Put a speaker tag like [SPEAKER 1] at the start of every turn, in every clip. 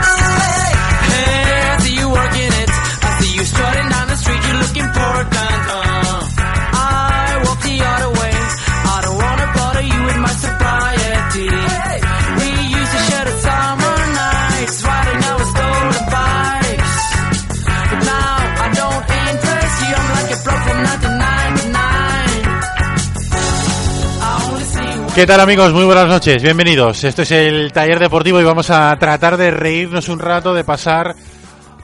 [SPEAKER 1] Hey, I see you working it. I see you strutting down the street. You're looking for a gun. Uh, I walk the other way. I don't wanna bother you with my sobriety. We used to share the summer nights, riding our stolen bikes. But now I don't impress you. I'm like a bloke from 1999. I only see you.
[SPEAKER 2] ¿Qué tal amigos? Muy buenas noches, bienvenidos. Esto es el taller deportivo y vamos a tratar de reírnos un rato, de pasar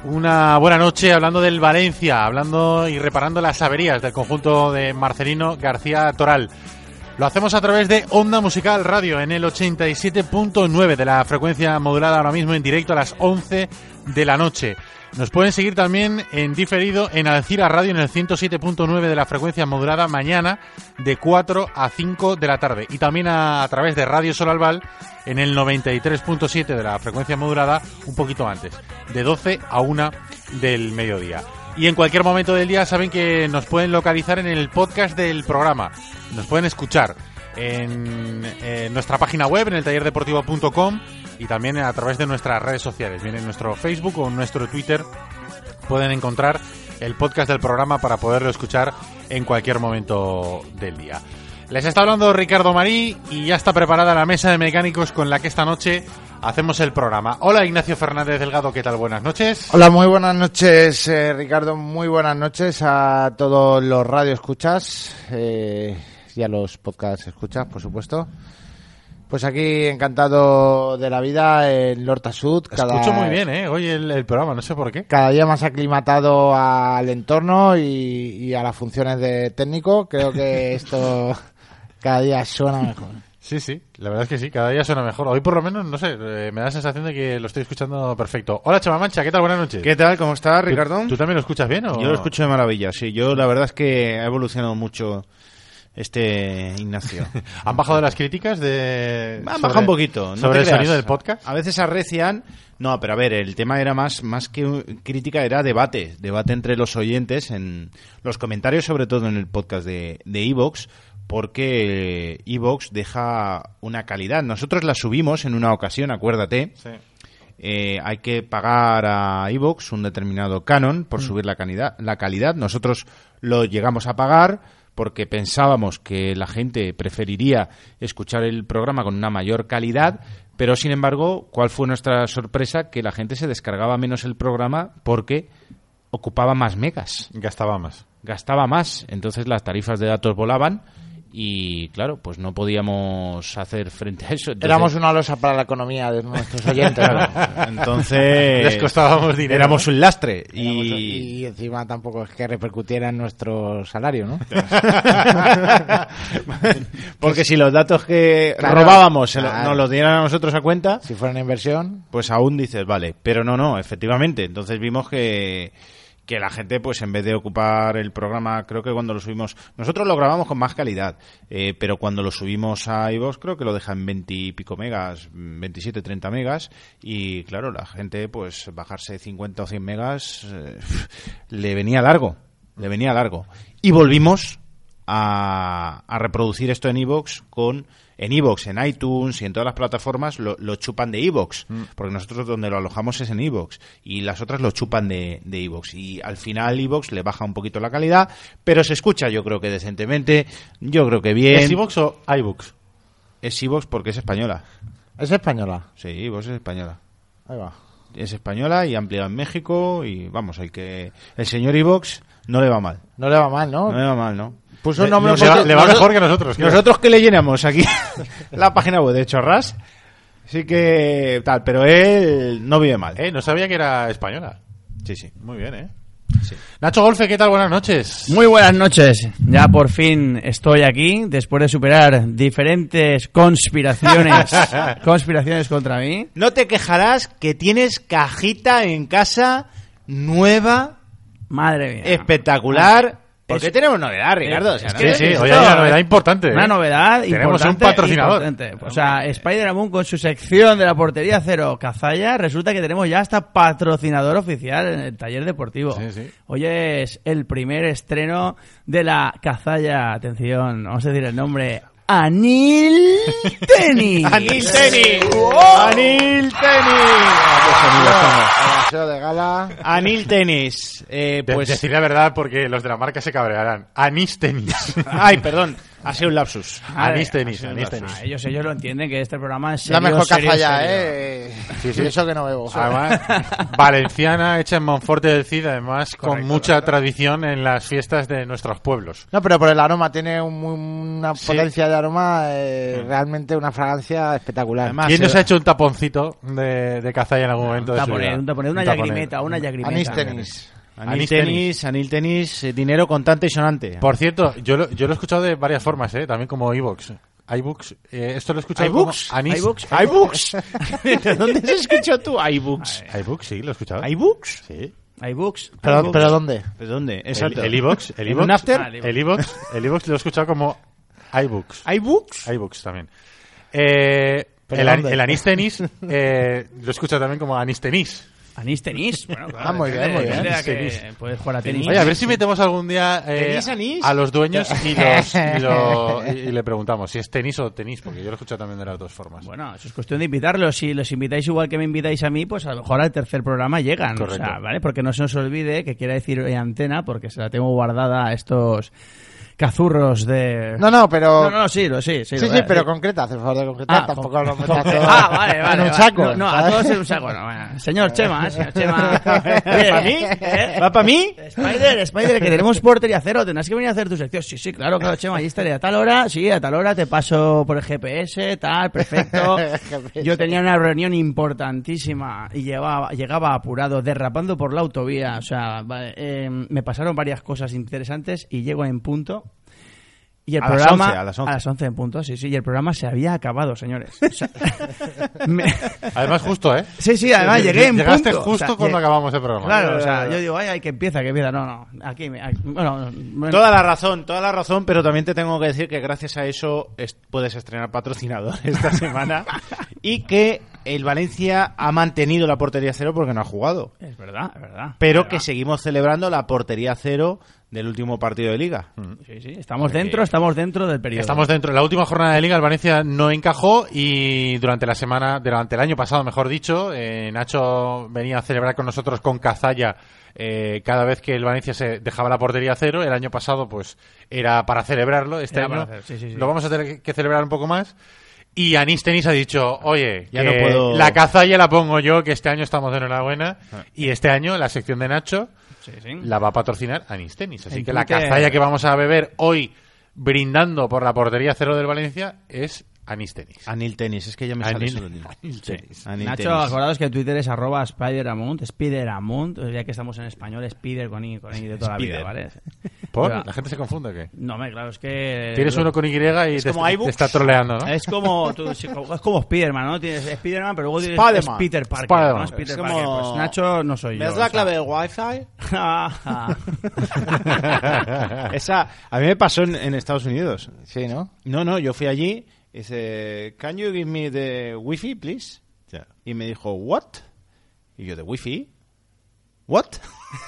[SPEAKER 2] una buena noche hablando del Valencia, hablando y reparando las averías del conjunto de Marcelino García Toral. Lo hacemos a través de Onda Musical Radio en el 87.9 de la frecuencia modulada ahora mismo en directo a las 11 de la noche. Nos pueden seguir también en diferido en Alcira Radio en el 107.9 de la frecuencia modulada mañana de 4 a 5 de la tarde y también a, a través de Radio Solalval en el 93.7 de la frecuencia modulada un poquito antes, de 12 a 1 del mediodía. Y en cualquier momento del día saben que nos pueden localizar en el podcast del programa. Nos pueden escuchar en, eh, nuestra página web, en el tallerdeportivo.com y también a través de nuestras redes sociales. Bien en nuestro Facebook o en nuestro Twitter pueden encontrar el podcast del programa para poderlo escuchar en cualquier momento del día. Les está hablando Ricardo Marí y ya está preparada la mesa de mecánicos con la que esta noche hacemos el programa. Hola Ignacio Fernández Delgado, ¿qué tal? Buenas noches.
[SPEAKER 3] Hola, muy buenas noches, eh, Ricardo. Muy buenas noches a todos los radioescuchas eh, y a los podcast escuchas, por supuesto. Pues aquí encantado de la vida en Lorta Sud. Cada,
[SPEAKER 2] Escucho muy bien, ¿eh? Hoy el, el programa, no sé por qué.
[SPEAKER 3] Cada día más aclimatado al entorno y, y a las funciones de técnico. Creo que esto cada día suena mejor.
[SPEAKER 2] Sí, sí, la verdad es que sí, cada día suena mejor. Hoy por lo menos, no sé, eh, me da la sensación de que lo estoy escuchando perfecto. Hola, Chema Mancha, ¿qué tal? Buenas noches.
[SPEAKER 4] ¿Qué tal? ¿Cómo estás,
[SPEAKER 2] ¿Tú-
[SPEAKER 4] Ricardo?
[SPEAKER 2] ¿Tú, también lo escuchas bien o...?
[SPEAKER 4] Yo lo escucho de maravilla, sí. Yo la verdad es que ha evolucionado mucho este Ignacio.
[SPEAKER 2] ¿Han bajado las críticas de...?
[SPEAKER 4] Han
[SPEAKER 2] sobre-
[SPEAKER 4] bajado un poquito. no
[SPEAKER 2] ¿Sobre
[SPEAKER 4] te
[SPEAKER 2] el
[SPEAKER 4] creas. Ah,
[SPEAKER 2] sonido del podcast?
[SPEAKER 4] A veces arrecian. No, pero a ver, el tema era más, más que un- crítica, era debate. Debate entre los oyentes en los comentarios, sobre todo en el podcast de de Evox, porque Evox deja una calidad. Nosotros la subimos en una ocasión, acuérdate.
[SPEAKER 2] Sí.
[SPEAKER 4] Eh, hay que pagar a iVoox un determinado canon por subir la calidad, la calidad. Nosotros lo llegamos a pagar porque pensábamos que la gente preferiría escuchar el programa con una mayor calidad, pero sin embargo, ¿cuál fue nuestra sorpresa? Que la gente se descargaba menos el programa porque ocupaba más megas,
[SPEAKER 2] Gastaba más.
[SPEAKER 4] gastaba más, entonces las tarifas de datos volaban y claro, pues no podíamos hacer frente a eso. Entonces-
[SPEAKER 3] Éramos una losa para la economía de nuestros oyentes. ¿no?
[SPEAKER 4] Entonces
[SPEAKER 2] Les costábamos dinero.
[SPEAKER 4] Eh, Éramos un lastre
[SPEAKER 3] Éramos-
[SPEAKER 4] y
[SPEAKER 3] y encima tampoco es que repercutiera en nuestro salario, ¿no?
[SPEAKER 4] porque si los datos que
[SPEAKER 3] Claro,
[SPEAKER 4] robábamos se lo-
[SPEAKER 3] claro.
[SPEAKER 4] nos los dieran a nosotros a cuenta,
[SPEAKER 3] Si fuera una inversión,
[SPEAKER 4] pues aún dices, vale, pero no, no, efectivamente. Entonces vimos que que la gente, pues en vez de ocupar el programa, creo que cuando lo subimos, nosotros lo grabamos con más calidad, eh, pero cuando lo subimos a iVoox creo que lo deja en 20 y pico megas, 27, 30 megas, y claro, la gente, pues bajarse 50 o 100 megas eh, le venía largo, le venía largo. Y volvimos a, a reproducir esto en iVoox con en iVoox, en iTunes y en todas las plataformas lo, lo chupan de iVoox,
[SPEAKER 2] Mm.
[SPEAKER 4] porque nosotros donde lo alojamos es en iVoox y las otras lo chupan de de iVoox y al final iVoox le baja un poquito la calidad, pero se escucha yo creo que decentemente, yo creo que bien.
[SPEAKER 2] ¿Es iVoox o iBooks?
[SPEAKER 4] Es iVoox porque es española.
[SPEAKER 3] es española.
[SPEAKER 4] Sí, iVoox es española.
[SPEAKER 3] Ahí va.
[SPEAKER 4] Es española y ampliada en México y vamos, el que el señor iVoox no le va mal.
[SPEAKER 3] No le va mal, ¿no?
[SPEAKER 4] No le va mal, ¿no?
[SPEAKER 3] Puso un nombre
[SPEAKER 4] no,
[SPEAKER 2] Le va,
[SPEAKER 4] porque-
[SPEAKER 2] le va
[SPEAKER 4] nosotros-
[SPEAKER 2] mejor que nosotros. creo.
[SPEAKER 4] Nosotros que le llenamos aquí la página web de Chorras Sí que tal, pero él no vive mal.
[SPEAKER 2] Eh, no sabía que era española.
[SPEAKER 4] Sí, sí.
[SPEAKER 2] Muy bien, ¿eh?
[SPEAKER 4] Sí.
[SPEAKER 2] Nacho Golfe, ¿qué tal? Buenas noches.
[SPEAKER 5] Muy buenas noches. Ya por fin estoy aquí después de superar diferentes conspiraciones, conspiraciones contra mí.
[SPEAKER 4] No te quejarás que tienes cajita en casa nueva,
[SPEAKER 5] Madre mía.
[SPEAKER 4] espectacular. Eh, Porque tenemos novedad, Ricardo. o sea,
[SPEAKER 5] es
[SPEAKER 4] ¿no?
[SPEAKER 5] que-
[SPEAKER 2] Sí, sí,
[SPEAKER 5] Esto-
[SPEAKER 2] oye, una novedad importante. ¿eh?
[SPEAKER 5] Una novedad
[SPEAKER 2] Tenemos
[SPEAKER 5] importante.
[SPEAKER 2] un patrocinador.
[SPEAKER 5] importante. O sea, Spider-Man con su sección de la portería cero Cazalla, resulta que tenemos ya hasta patrocinador oficial en el taller deportivo.
[SPEAKER 2] Sí, sí.
[SPEAKER 5] Hoy es el primer estreno de la Cazalla, atención, vamos a decir el nombre, Anil Tenis.
[SPEAKER 4] Anil Tenis. Anil Tenis.
[SPEAKER 3] Paseo de gala.
[SPEAKER 4] Anil Tenis. Eh,
[SPEAKER 2] De-
[SPEAKER 4] pues.
[SPEAKER 2] decir la verdad porque los de la marca se cabrearán. Anís tenis.
[SPEAKER 4] Ay, perdón. Ha sido un lapsus.
[SPEAKER 5] Madre
[SPEAKER 2] Anís tenis,
[SPEAKER 5] mía,
[SPEAKER 2] anís
[SPEAKER 5] o sea,
[SPEAKER 2] tenis.
[SPEAKER 5] Ellos, ellos lo entienden que este programa es
[SPEAKER 3] la
[SPEAKER 5] serio,
[SPEAKER 3] mejor
[SPEAKER 5] serio,
[SPEAKER 3] caza ya,
[SPEAKER 5] serio.
[SPEAKER 3] ¿eh? Y eso que no bebo.
[SPEAKER 2] Además, valenciana hecha en Monforte del Cid, además con mucha tradición en las fiestas de nuestros pueblos.
[SPEAKER 3] No, pero por el aroma tiene un- una
[SPEAKER 2] Sí.
[SPEAKER 3] potencia de aroma, eh, realmente una fragancia espectacular.
[SPEAKER 4] Además, Ah,
[SPEAKER 2] ¿Quién
[SPEAKER 4] sí,
[SPEAKER 2] nos
[SPEAKER 4] va.
[SPEAKER 2] ha hecho un taponcito de, de cazalla en algún momento?
[SPEAKER 5] Un
[SPEAKER 2] de su
[SPEAKER 5] taponero,
[SPEAKER 2] vida?
[SPEAKER 5] un taponero, una
[SPEAKER 2] Un taponero.
[SPEAKER 5] llagrimeta, una llagrimeta.
[SPEAKER 3] Anís tenis.
[SPEAKER 4] Anil
[SPEAKER 2] Anís tenis.
[SPEAKER 4] Tenis, Anil Tenis, eh, dinero contante y sonante.
[SPEAKER 2] Por cierto, yo lo, yo lo he escuchado de varias formas, ¿eh? también como ebooks. iBooks, eh, esto lo he escuchado como
[SPEAKER 4] ¿iBooks?
[SPEAKER 2] anís. ¿Eh?
[SPEAKER 5] iBooks.
[SPEAKER 4] ¿iBooks? ¿De dónde has escuchado tú iBooks?
[SPEAKER 2] iBooks, sí, lo he escuchado.
[SPEAKER 4] ¿iBooks?
[SPEAKER 2] Sí.
[SPEAKER 5] Hay books. hay
[SPEAKER 3] ¿Pero,
[SPEAKER 5] books.
[SPEAKER 3] pero dónde?
[SPEAKER 4] ¿De dónde? Exacto.
[SPEAKER 2] El el iBooks, el
[SPEAKER 4] ¿En
[SPEAKER 2] iBooks,
[SPEAKER 4] un after?
[SPEAKER 5] Ah, el iVoox.
[SPEAKER 2] el iBooks, el iVoox lo he escuchado como iBooks.
[SPEAKER 4] ¿iBooks?
[SPEAKER 2] iBooks también. Eh,
[SPEAKER 3] Pero
[SPEAKER 2] el, an-
[SPEAKER 3] ¿dónde?
[SPEAKER 2] el anís tenis eh, lo escucho también como anís tenis.
[SPEAKER 5] Anís tenis. Bueno, claro,
[SPEAKER 3] Ah, muy bien,
[SPEAKER 5] depende-
[SPEAKER 3] muy bien.
[SPEAKER 5] depende de
[SPEAKER 2] Tenis,
[SPEAKER 5] que Puedes jugar a tenis.
[SPEAKER 2] Oye, a ver si metemos algún día eh,
[SPEAKER 4] ¿Tenis, anís?
[SPEAKER 2] a los dueños y, los- y lo- y- y le preguntamos si es tenis o tenis, porque yo lo he escuchado también de las dos formas.
[SPEAKER 5] Bueno, eso es cuestión de invitarlos. Si los invitáis igual que me invitáis a mí, pues a lo mejor al tercer programa llegan.
[SPEAKER 2] Correcto.
[SPEAKER 5] O sea, ¿vale? Porque no se os olvide que quiera decir eh, antena, porque se la tengo guardada a estos cazurros de.
[SPEAKER 3] No, no, pero...
[SPEAKER 5] no, no, eh. sí, lo, sí,
[SPEAKER 3] sí,
[SPEAKER 5] sí. lo
[SPEAKER 3] sí,
[SPEAKER 5] voy a
[SPEAKER 3] pero
[SPEAKER 5] decir.
[SPEAKER 3] concreta, hace favor de concretar.
[SPEAKER 5] Ah,
[SPEAKER 3] Tampoco
[SPEAKER 5] con-
[SPEAKER 3] lo metas
[SPEAKER 5] con-
[SPEAKER 3] todo
[SPEAKER 5] Ah, vale, vale.
[SPEAKER 3] en un
[SPEAKER 5] vale.
[SPEAKER 3] saco.
[SPEAKER 5] No, no, a
[SPEAKER 3] ¿sabes?
[SPEAKER 5] todos en un saco. No, bueno. Señor Chema, señor Chema.
[SPEAKER 4] ¿Va para mí?
[SPEAKER 5] ¿Eh?
[SPEAKER 4] ¿Va para mí?
[SPEAKER 5] Spider, Spider, que tenemos portería cero, tendrás que venir a hacer tu sección. Sí, sí, claro, claro, Chema, ahí estaré a tal hora, sí, a tal hora te paso por el GPS, tal, perfecto. Yo tenía una reunión importantísima y llevaba, llegaba apurado, derrapando por la autovía, o sea, vale, eh, me pasaron varias cosas interesantes y llego en punto. Y el
[SPEAKER 4] A las
[SPEAKER 5] programa
[SPEAKER 4] 11, a las 11.
[SPEAKER 5] en punto, sí, sí, y el programa se había acabado, señores. O sea, me-
[SPEAKER 2] Además, justo, ¿eh?
[SPEAKER 5] Sí, sí, además
[SPEAKER 2] Lle-
[SPEAKER 5] llegué en
[SPEAKER 2] Llegaste
[SPEAKER 5] punto.
[SPEAKER 2] justo
[SPEAKER 5] O sea,
[SPEAKER 2] cuando
[SPEAKER 5] lle-
[SPEAKER 2] acabamos el programa.
[SPEAKER 5] Claro, o sea, yo digo, ay, ay, que empieza, que empieza. No, no, aquí, me, aquí- bueno, bueno.
[SPEAKER 4] Toda la razón, toda la razón, pero también te tengo que decir que gracias a eso es- puedes estrenar patrocinador esta semana y que el Valencia ha mantenido la portería cero porque no ha jugado,
[SPEAKER 5] Es verdad, es verdad.
[SPEAKER 4] pero
[SPEAKER 5] es
[SPEAKER 4] que
[SPEAKER 5] verdad.
[SPEAKER 4] seguimos celebrando la portería cero del último partido de liga.
[SPEAKER 2] Mm.
[SPEAKER 5] Sí, sí, estamos dentro, estamos dentro del periodo.
[SPEAKER 2] Estamos dentro. La última jornada de Liga, el Valencia no encajó y durante la semana, durante el año pasado, mejor dicho, eh, Nacho venía a celebrar con nosotros con Cazalla eh, cada vez que el Valencia se dejaba la portería a cero. El año pasado, pues, era para celebrarlo. Este
[SPEAKER 5] Era
[SPEAKER 2] año
[SPEAKER 5] para hacer- sí, sí, sí.
[SPEAKER 2] lo vamos a tener que- que celebrar un poco más. Y Anís Tenis ha dicho, oye,
[SPEAKER 4] Ya
[SPEAKER 2] que
[SPEAKER 4] no puedo-
[SPEAKER 2] la cazalla la pongo yo, que este año estamos de enhorabuena.
[SPEAKER 5] Ah.
[SPEAKER 2] Y este año la sección de Nacho
[SPEAKER 5] Sí, sí.
[SPEAKER 2] la va a patrocinar Anís Tenis. Así
[SPEAKER 5] En
[SPEAKER 2] que la
[SPEAKER 5] Twitter.
[SPEAKER 2] cazalla que vamos a beber hoy brindando por la portería cero del Valencia es Anís Tenis.
[SPEAKER 4] Anil Tenis, es que ya me Ah, sale
[SPEAKER 2] Anil-
[SPEAKER 4] solo, tío.
[SPEAKER 2] Anil Tenis.
[SPEAKER 4] Anil
[SPEAKER 5] Nacho,
[SPEAKER 4] Tenis.
[SPEAKER 5] acordaos que Twitter es arroba Spideramount, Spideramount, ya que estamos en español, Spider con I, con I de toda
[SPEAKER 4] Spider.
[SPEAKER 5] la vida, ¿vale?
[SPEAKER 2] ¿Por?
[SPEAKER 5] Ya.
[SPEAKER 2] ¿La gente se confunde o qué?
[SPEAKER 5] No, me claro, es que...
[SPEAKER 2] Tienes uno con Y y te,
[SPEAKER 4] Eh, como
[SPEAKER 2] te
[SPEAKER 4] iBooks.
[SPEAKER 2] está troleando, ¿no?
[SPEAKER 5] Es como, tú- es como Spiderman, ¿no? Tienes Spiderman, pero luego tienes
[SPEAKER 4] Spiderman.
[SPEAKER 5] es Peter Parker,
[SPEAKER 2] Spiderman.
[SPEAKER 5] ¿no? Es Peter
[SPEAKER 4] Es como-
[SPEAKER 5] Parker. Pues Nacho no soy yo.
[SPEAKER 4] ¿Me das
[SPEAKER 5] o
[SPEAKER 4] la
[SPEAKER 5] sea.
[SPEAKER 4] clave del wifi?
[SPEAKER 5] Ah,
[SPEAKER 4] Esa, a mí me pasó en, en Estados Unidos.
[SPEAKER 3] Sí, ¿no?
[SPEAKER 4] No, no, yo fui allí. y Dice, ¿Can you give me the wifi, please? Y me dijo, ¿What? Y yo, ¿The wifi? ¿What?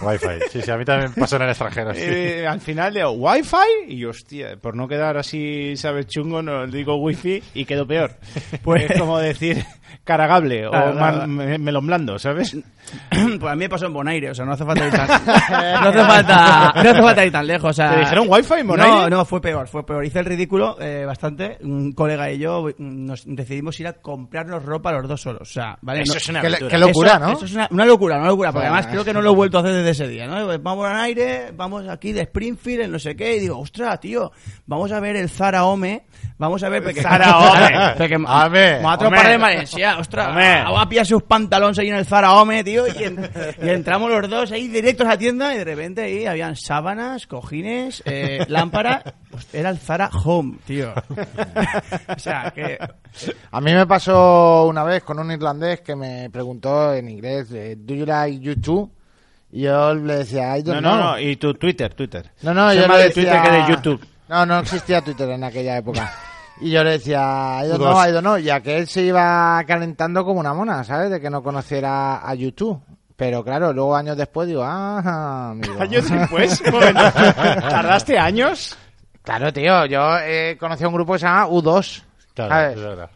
[SPEAKER 2] Wi-Fi. Sí, sí, a mí también me pasó en el extranjero. Ah, sí.
[SPEAKER 4] Eh, al final leo wifi y yo, hostia, por no quedar así, ¿sabes? Chungo, no digo wifi y quedo peor. Pues es como decir caragable o
[SPEAKER 5] Claro, claro.
[SPEAKER 4] man- me- melón blando, ¿sabes?
[SPEAKER 5] pues a mí me pasó en Bonaire, o sea, no hace falta ir tan, no hace falta, no hace falta ir tan lejos. O sea,
[SPEAKER 4] ¿Te dijeron wifi en Bonaire?
[SPEAKER 5] No, no, fue peor, fue peor. Hice el ridículo eh, bastante. Un colega y yo mm, nos decidimos ir a comprarnos ropa los dos solos. O sea, ¿vale?
[SPEAKER 4] Eso
[SPEAKER 5] No-
[SPEAKER 4] es una
[SPEAKER 3] Qué,
[SPEAKER 4] aventura.
[SPEAKER 3] qué locura,
[SPEAKER 5] eso,
[SPEAKER 3] ¿no?
[SPEAKER 5] Eso es una, una locura, una locura, porque
[SPEAKER 3] Ah.
[SPEAKER 5] además creo que no lo he vuelto a hacer desde ese día, ¿no? Pues Vamos al aire, vamos aquí de Springfield, en no sé qué, y digo, ostras, tío, vamos a ver el Zara Home, vamos a ver... porque-
[SPEAKER 4] Zara Home.
[SPEAKER 5] Porque-
[SPEAKER 2] Home.
[SPEAKER 5] Vamos a trompar de mares. sea, ostras,
[SPEAKER 4] Hombre.
[SPEAKER 5] va a pillar sus pantalones ahí en el Faraome, tío, y, en- y entramos los dos ahí directos a la tienda y de repente ahí habían sábanas, cojines, eh, lámpara, Host- era el Zara Home, tío. o sea, que
[SPEAKER 3] A mí me pasó una vez con un irlandés que me preguntó en inglés, eh, ¿Do you like YouTube? Y yo le decía, I
[SPEAKER 4] No,
[SPEAKER 3] don't
[SPEAKER 4] no,
[SPEAKER 3] know.
[SPEAKER 4] no, y tu Twitter, Twitter.
[SPEAKER 3] No, no,
[SPEAKER 4] Soy
[SPEAKER 3] yo
[SPEAKER 4] más
[SPEAKER 3] le
[SPEAKER 4] de Twitter
[SPEAKER 3] decía-
[SPEAKER 4] que de YouTube.
[SPEAKER 3] No, no existía Twitter en aquella época. Y yo le decía, I don't
[SPEAKER 2] Dos.
[SPEAKER 3] know, I don't know. Y aquel se iba calentando como una mona, ¿sabes? De que no conociera a YouTube. Pero claro, luego años después digo, ah, amigo.
[SPEAKER 6] Años después, un momento. ¿tardaste años?
[SPEAKER 3] Claro, tío, yo eh, conocí a un grupo que se llama U2.
[SPEAKER 2] Claro,
[SPEAKER 3] ¿sabes?
[SPEAKER 2] es verdad.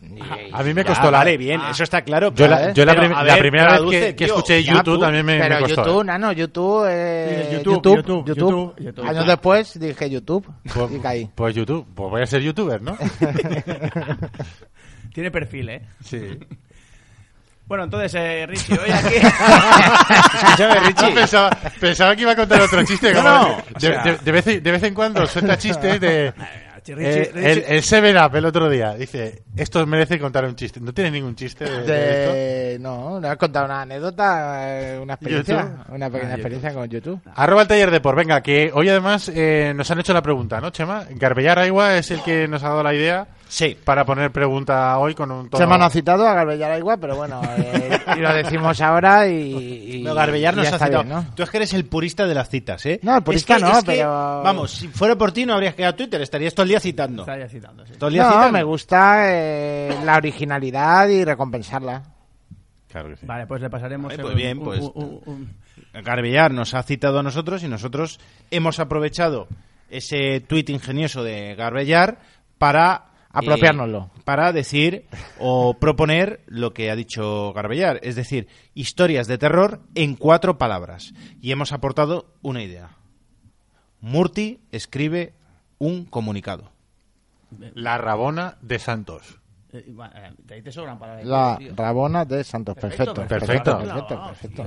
[SPEAKER 3] Y-
[SPEAKER 2] A mí me costó la...
[SPEAKER 4] vale, bien, eso está claro.
[SPEAKER 2] Yo la,
[SPEAKER 4] pero-
[SPEAKER 2] yo la
[SPEAKER 4] pero,
[SPEAKER 2] prim-
[SPEAKER 4] a
[SPEAKER 2] la
[SPEAKER 4] ver,
[SPEAKER 2] primera
[SPEAKER 4] traduce,
[SPEAKER 2] vez que, que
[SPEAKER 4] tío,
[SPEAKER 2] escuché
[SPEAKER 4] ya, pues,
[SPEAKER 2] YouTube
[SPEAKER 4] tú-
[SPEAKER 2] también me, me
[SPEAKER 3] pero
[SPEAKER 2] costó. ¿eh?
[SPEAKER 3] YouTube, nano, YouTube, eh,
[SPEAKER 5] Sí, YouTube, YouTube, YouTube, YouTube.
[SPEAKER 3] Años después dije YouTube
[SPEAKER 2] Pues,
[SPEAKER 3] y caí.
[SPEAKER 2] pues YouTube, pues voy a ser youtuber, ¿no?
[SPEAKER 5] tiene perfil, ¿eh?
[SPEAKER 2] Sí.
[SPEAKER 5] Bueno, entonces, eh, Richie, hoy aquí...
[SPEAKER 4] Escúchame,
[SPEAKER 2] Ah,
[SPEAKER 4] Richie.
[SPEAKER 2] pensaba, pensaba que iba a contar otro chiste. como
[SPEAKER 4] No, no,
[SPEAKER 2] de-
[SPEAKER 4] o
[SPEAKER 2] de,
[SPEAKER 4] sea-
[SPEAKER 2] de- de vez, en- de vez en cuando suelta chistes de...
[SPEAKER 5] Richie,
[SPEAKER 2] eh,
[SPEAKER 5] Richie-
[SPEAKER 2] el, el Seven Up el otro día dice, esto merece contar un chiste. ¿No tiene ningún chiste de, eh, de esto?
[SPEAKER 3] De- no, no has contado una anécdota, eh, una experiencia,
[SPEAKER 2] YouTube.
[SPEAKER 3] una pequeña
[SPEAKER 2] Ah,
[SPEAKER 3] experiencia con YouTube.
[SPEAKER 2] Arroba el taller de por, venga, que hoy además eh, nos han hecho la pregunta, ¿no, Chema? Garbellar Aigua es el que nos ha dado la idea
[SPEAKER 4] Sí.
[SPEAKER 2] para poner pregunta hoy con un tono...
[SPEAKER 3] Se me han citado a Garbellar igual, pero bueno, eh, y lo decimos ahora y, y-
[SPEAKER 4] No, Garbellar
[SPEAKER 3] y
[SPEAKER 4] nos
[SPEAKER 3] ya
[SPEAKER 4] ha
[SPEAKER 3] está
[SPEAKER 4] citado.
[SPEAKER 3] bien, ¿no?
[SPEAKER 4] Tú es que eres el purista de las citas, ¿eh?
[SPEAKER 3] No, el
[SPEAKER 4] Es
[SPEAKER 3] purista
[SPEAKER 4] que-
[SPEAKER 3] no,
[SPEAKER 4] es que,
[SPEAKER 3] pero-
[SPEAKER 4] Vamos, si fuera por ti no habrías quedado Twitter, estarías todo el día citando.
[SPEAKER 5] Está ya citando, sí.
[SPEAKER 4] Todo el día
[SPEAKER 3] No,
[SPEAKER 4] citando.
[SPEAKER 3] me gusta eh, la originalidad y recompensarla.
[SPEAKER 4] Claro que sí.
[SPEAKER 5] Vale, pues le pasaremos...
[SPEAKER 4] Vale, pues
[SPEAKER 5] el-
[SPEAKER 4] bien,
[SPEAKER 5] un-
[SPEAKER 4] pues-
[SPEAKER 5] un- un- un-
[SPEAKER 4] Garbillar nos ha citado a nosotros y nosotros hemos aprovechado ese tuit ingenioso de Garbellar para
[SPEAKER 3] Apropiárnoslo.
[SPEAKER 4] eh, para decir o proponer lo que ha dicho Garbellar, es decir, historias de terror en cuatro palabras. Y hemos aportado una idea. Murti escribe un comunicado.
[SPEAKER 2] La Rabona de Santos.
[SPEAKER 5] eh, bueno, eh, de ahí te sobran palabras.
[SPEAKER 3] La
[SPEAKER 5] tío.
[SPEAKER 3] Rabona de Santos, perfecto.
[SPEAKER 2] perfecto.
[SPEAKER 3] perfecto, perfecto.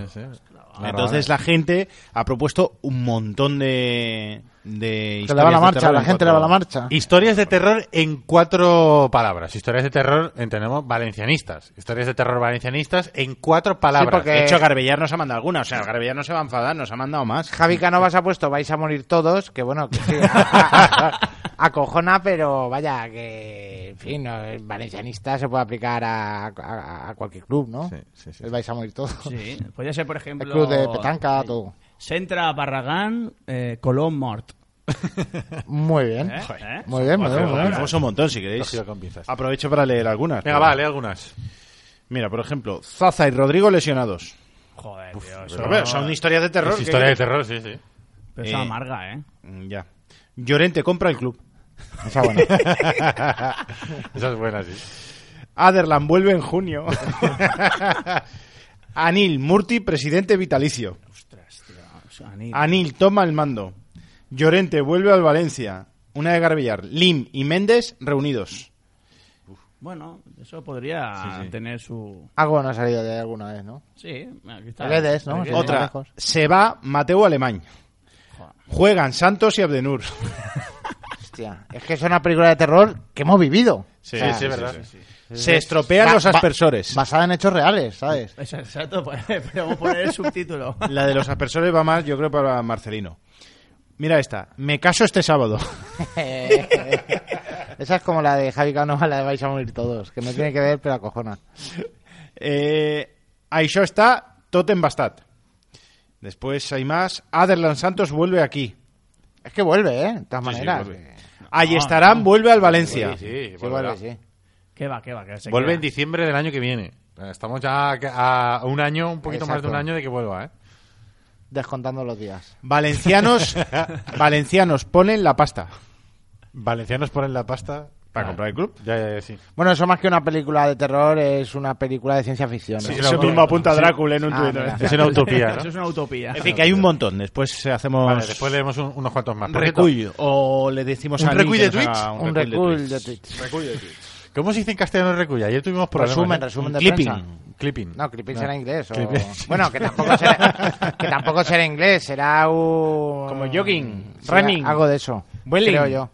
[SPEAKER 4] Entonces la gente ha propuesto un montón de, de
[SPEAKER 3] Que le va la
[SPEAKER 4] historias de
[SPEAKER 3] marcha,
[SPEAKER 4] terror
[SPEAKER 3] la
[SPEAKER 4] en
[SPEAKER 3] gente le
[SPEAKER 4] cuatro-
[SPEAKER 3] va la marcha.
[SPEAKER 2] Historias de terror en cuatro palabras. Historias de terror, entendemos, valencianistas. Historias de terror valencianistas en cuatro palabras.
[SPEAKER 3] porque-
[SPEAKER 4] De hecho, Garbellar nos ha mandado alguna. O sea, Garbellar no se va a enfadar, nos ha mandado más.
[SPEAKER 3] Javi Canovas ha puesto vais a morir todos, que bueno, que sí, a- a- acojona, pero vaya, que en fin, no, el valencianista se puede aplicar a, a- a cualquier club, ¿no?
[SPEAKER 2] Sí, sí, sí.
[SPEAKER 3] El vais a morir todos.
[SPEAKER 5] Sí, podría ser, por
[SPEAKER 3] El
[SPEAKER 5] ejemplo...
[SPEAKER 3] club de petanca,
[SPEAKER 5] eh,
[SPEAKER 3] todo.
[SPEAKER 5] Sentra, Barragán, eh, Colón, Mort.
[SPEAKER 3] Muy bien.
[SPEAKER 5] ¿Eh? ¿Eh?
[SPEAKER 3] Muy bien, muy bien, muy bien.
[SPEAKER 4] Tenemos un montón, si queréis.
[SPEAKER 2] Cogido con pinzas.
[SPEAKER 4] Aprovecho para leer algunas.
[SPEAKER 2] Venga,
[SPEAKER 4] Pero-
[SPEAKER 2] va, lee algunas.
[SPEAKER 4] Mira, por ejemplo, Zaza y Rodrigo lesionados.
[SPEAKER 5] Joder, tío, eso,
[SPEAKER 4] Pero, bueno, son historias de terror.
[SPEAKER 2] Es
[SPEAKER 4] que-
[SPEAKER 2] historia de terror, sí, sí.
[SPEAKER 5] pero eso
[SPEAKER 4] Eh,
[SPEAKER 5] amarga, ¿eh?
[SPEAKER 4] Mm, Ya. Llorente compra el club.
[SPEAKER 3] Esa buena.
[SPEAKER 2] Esa es buena, sí.
[SPEAKER 4] Aderlan vuelve en junio. Anil Murti, presidente vitalicio.
[SPEAKER 5] Ostras, tío. o sea, ni-
[SPEAKER 4] Anil toma el mando. Llorente vuelve al Valencia. Una de Garbillar. Lim y Méndez reunidos.
[SPEAKER 5] Bueno, eso podría tener su...
[SPEAKER 3] Algo no ha salido de alguna vez, ¿no?
[SPEAKER 5] Sí, aquí está.
[SPEAKER 3] El Edes, ¿no?
[SPEAKER 5] Aquí-
[SPEAKER 3] Sí.
[SPEAKER 4] Otra.
[SPEAKER 3] lejos.
[SPEAKER 4] Se va Mateo Alemán. Juegan Santos y Abdenur.
[SPEAKER 3] Hostia, es que es una película de terror que hemos vivido.
[SPEAKER 4] Sí,
[SPEAKER 2] Sí, sí, verdad.
[SPEAKER 4] Se estropean
[SPEAKER 3] Ba-
[SPEAKER 4] los
[SPEAKER 3] ba-
[SPEAKER 4] aspersores.
[SPEAKER 3] Basada en hechos reales, ¿sabes?
[SPEAKER 5] Es exacto, pues, podemos poner el subtítulo.
[SPEAKER 4] La de los aspersores va más, yo creo, para Marcelino. Mira esta. Me caso este sábado.
[SPEAKER 3] Esa es como la de Javi Canova, la de vais a morir todos, que no tiene que ver, pero acojona.
[SPEAKER 4] Eh, Aisho está Totem Bastat. Después hay más. Aderlan Santos vuelve aquí.
[SPEAKER 3] Es que vuelve, ¿eh? De todas maneras.
[SPEAKER 4] vuelve. Ayestarán vuelve al Valencia.
[SPEAKER 3] Sí, vuelve, sí.
[SPEAKER 5] ¿Qué va, qué va? Que se
[SPEAKER 2] Vuelve
[SPEAKER 5] queda.
[SPEAKER 2] en diciembre del año que viene. Estamos ya a a un año, un poquito más de un
[SPEAKER 3] Exacto.
[SPEAKER 2] año de que vuelva, ¿eh?
[SPEAKER 3] Descontando los días.
[SPEAKER 4] Valencianos, valencianos ponen la pasta.
[SPEAKER 2] Valencianos ponen la pasta.
[SPEAKER 4] Para comprar el club.
[SPEAKER 2] Ah. Ya, ya, ya, sí.
[SPEAKER 3] Bueno, eso más que una película de terror, es una película de ciencia ficción. ¿eh? ¿no?
[SPEAKER 2] Sí, Eso mismo apunta
[SPEAKER 4] Drácula en
[SPEAKER 3] un tuit, ¿eh?
[SPEAKER 2] Es una utopía,
[SPEAKER 5] Eso
[SPEAKER 2] ¿no?
[SPEAKER 5] es una utopía.
[SPEAKER 4] En fin, que hay un montón. Después hacemos
[SPEAKER 2] Vale, después leemos un- unos cuantos más.
[SPEAKER 4] un
[SPEAKER 2] Por cierto,
[SPEAKER 4] recull. O le decimos
[SPEAKER 2] ¿Un
[SPEAKER 4] a alguien
[SPEAKER 2] recull
[SPEAKER 4] que
[SPEAKER 2] de
[SPEAKER 4] nos
[SPEAKER 2] tweets?
[SPEAKER 4] haga
[SPEAKER 3] Un
[SPEAKER 4] recull
[SPEAKER 3] recull
[SPEAKER 4] tweets.
[SPEAKER 3] de tweets.
[SPEAKER 2] ¿Cómo se dice en castellano recull? Ayer tuvimos problemas.
[SPEAKER 3] Resumen,
[SPEAKER 2] ¿eh?
[SPEAKER 3] resumen
[SPEAKER 4] Un
[SPEAKER 3] de
[SPEAKER 4] clipping.
[SPEAKER 3] prensa.
[SPEAKER 2] Clipping.
[SPEAKER 3] No, clipping
[SPEAKER 2] No.
[SPEAKER 3] será inglés. o-
[SPEAKER 2] Clipping, sí.
[SPEAKER 3] Bueno, que tampoco, será, que tampoco será inglés, será un...
[SPEAKER 4] Como jogging,
[SPEAKER 3] será
[SPEAKER 4] running.
[SPEAKER 3] Algo de eso.
[SPEAKER 4] Vueling.
[SPEAKER 3] Creo yo.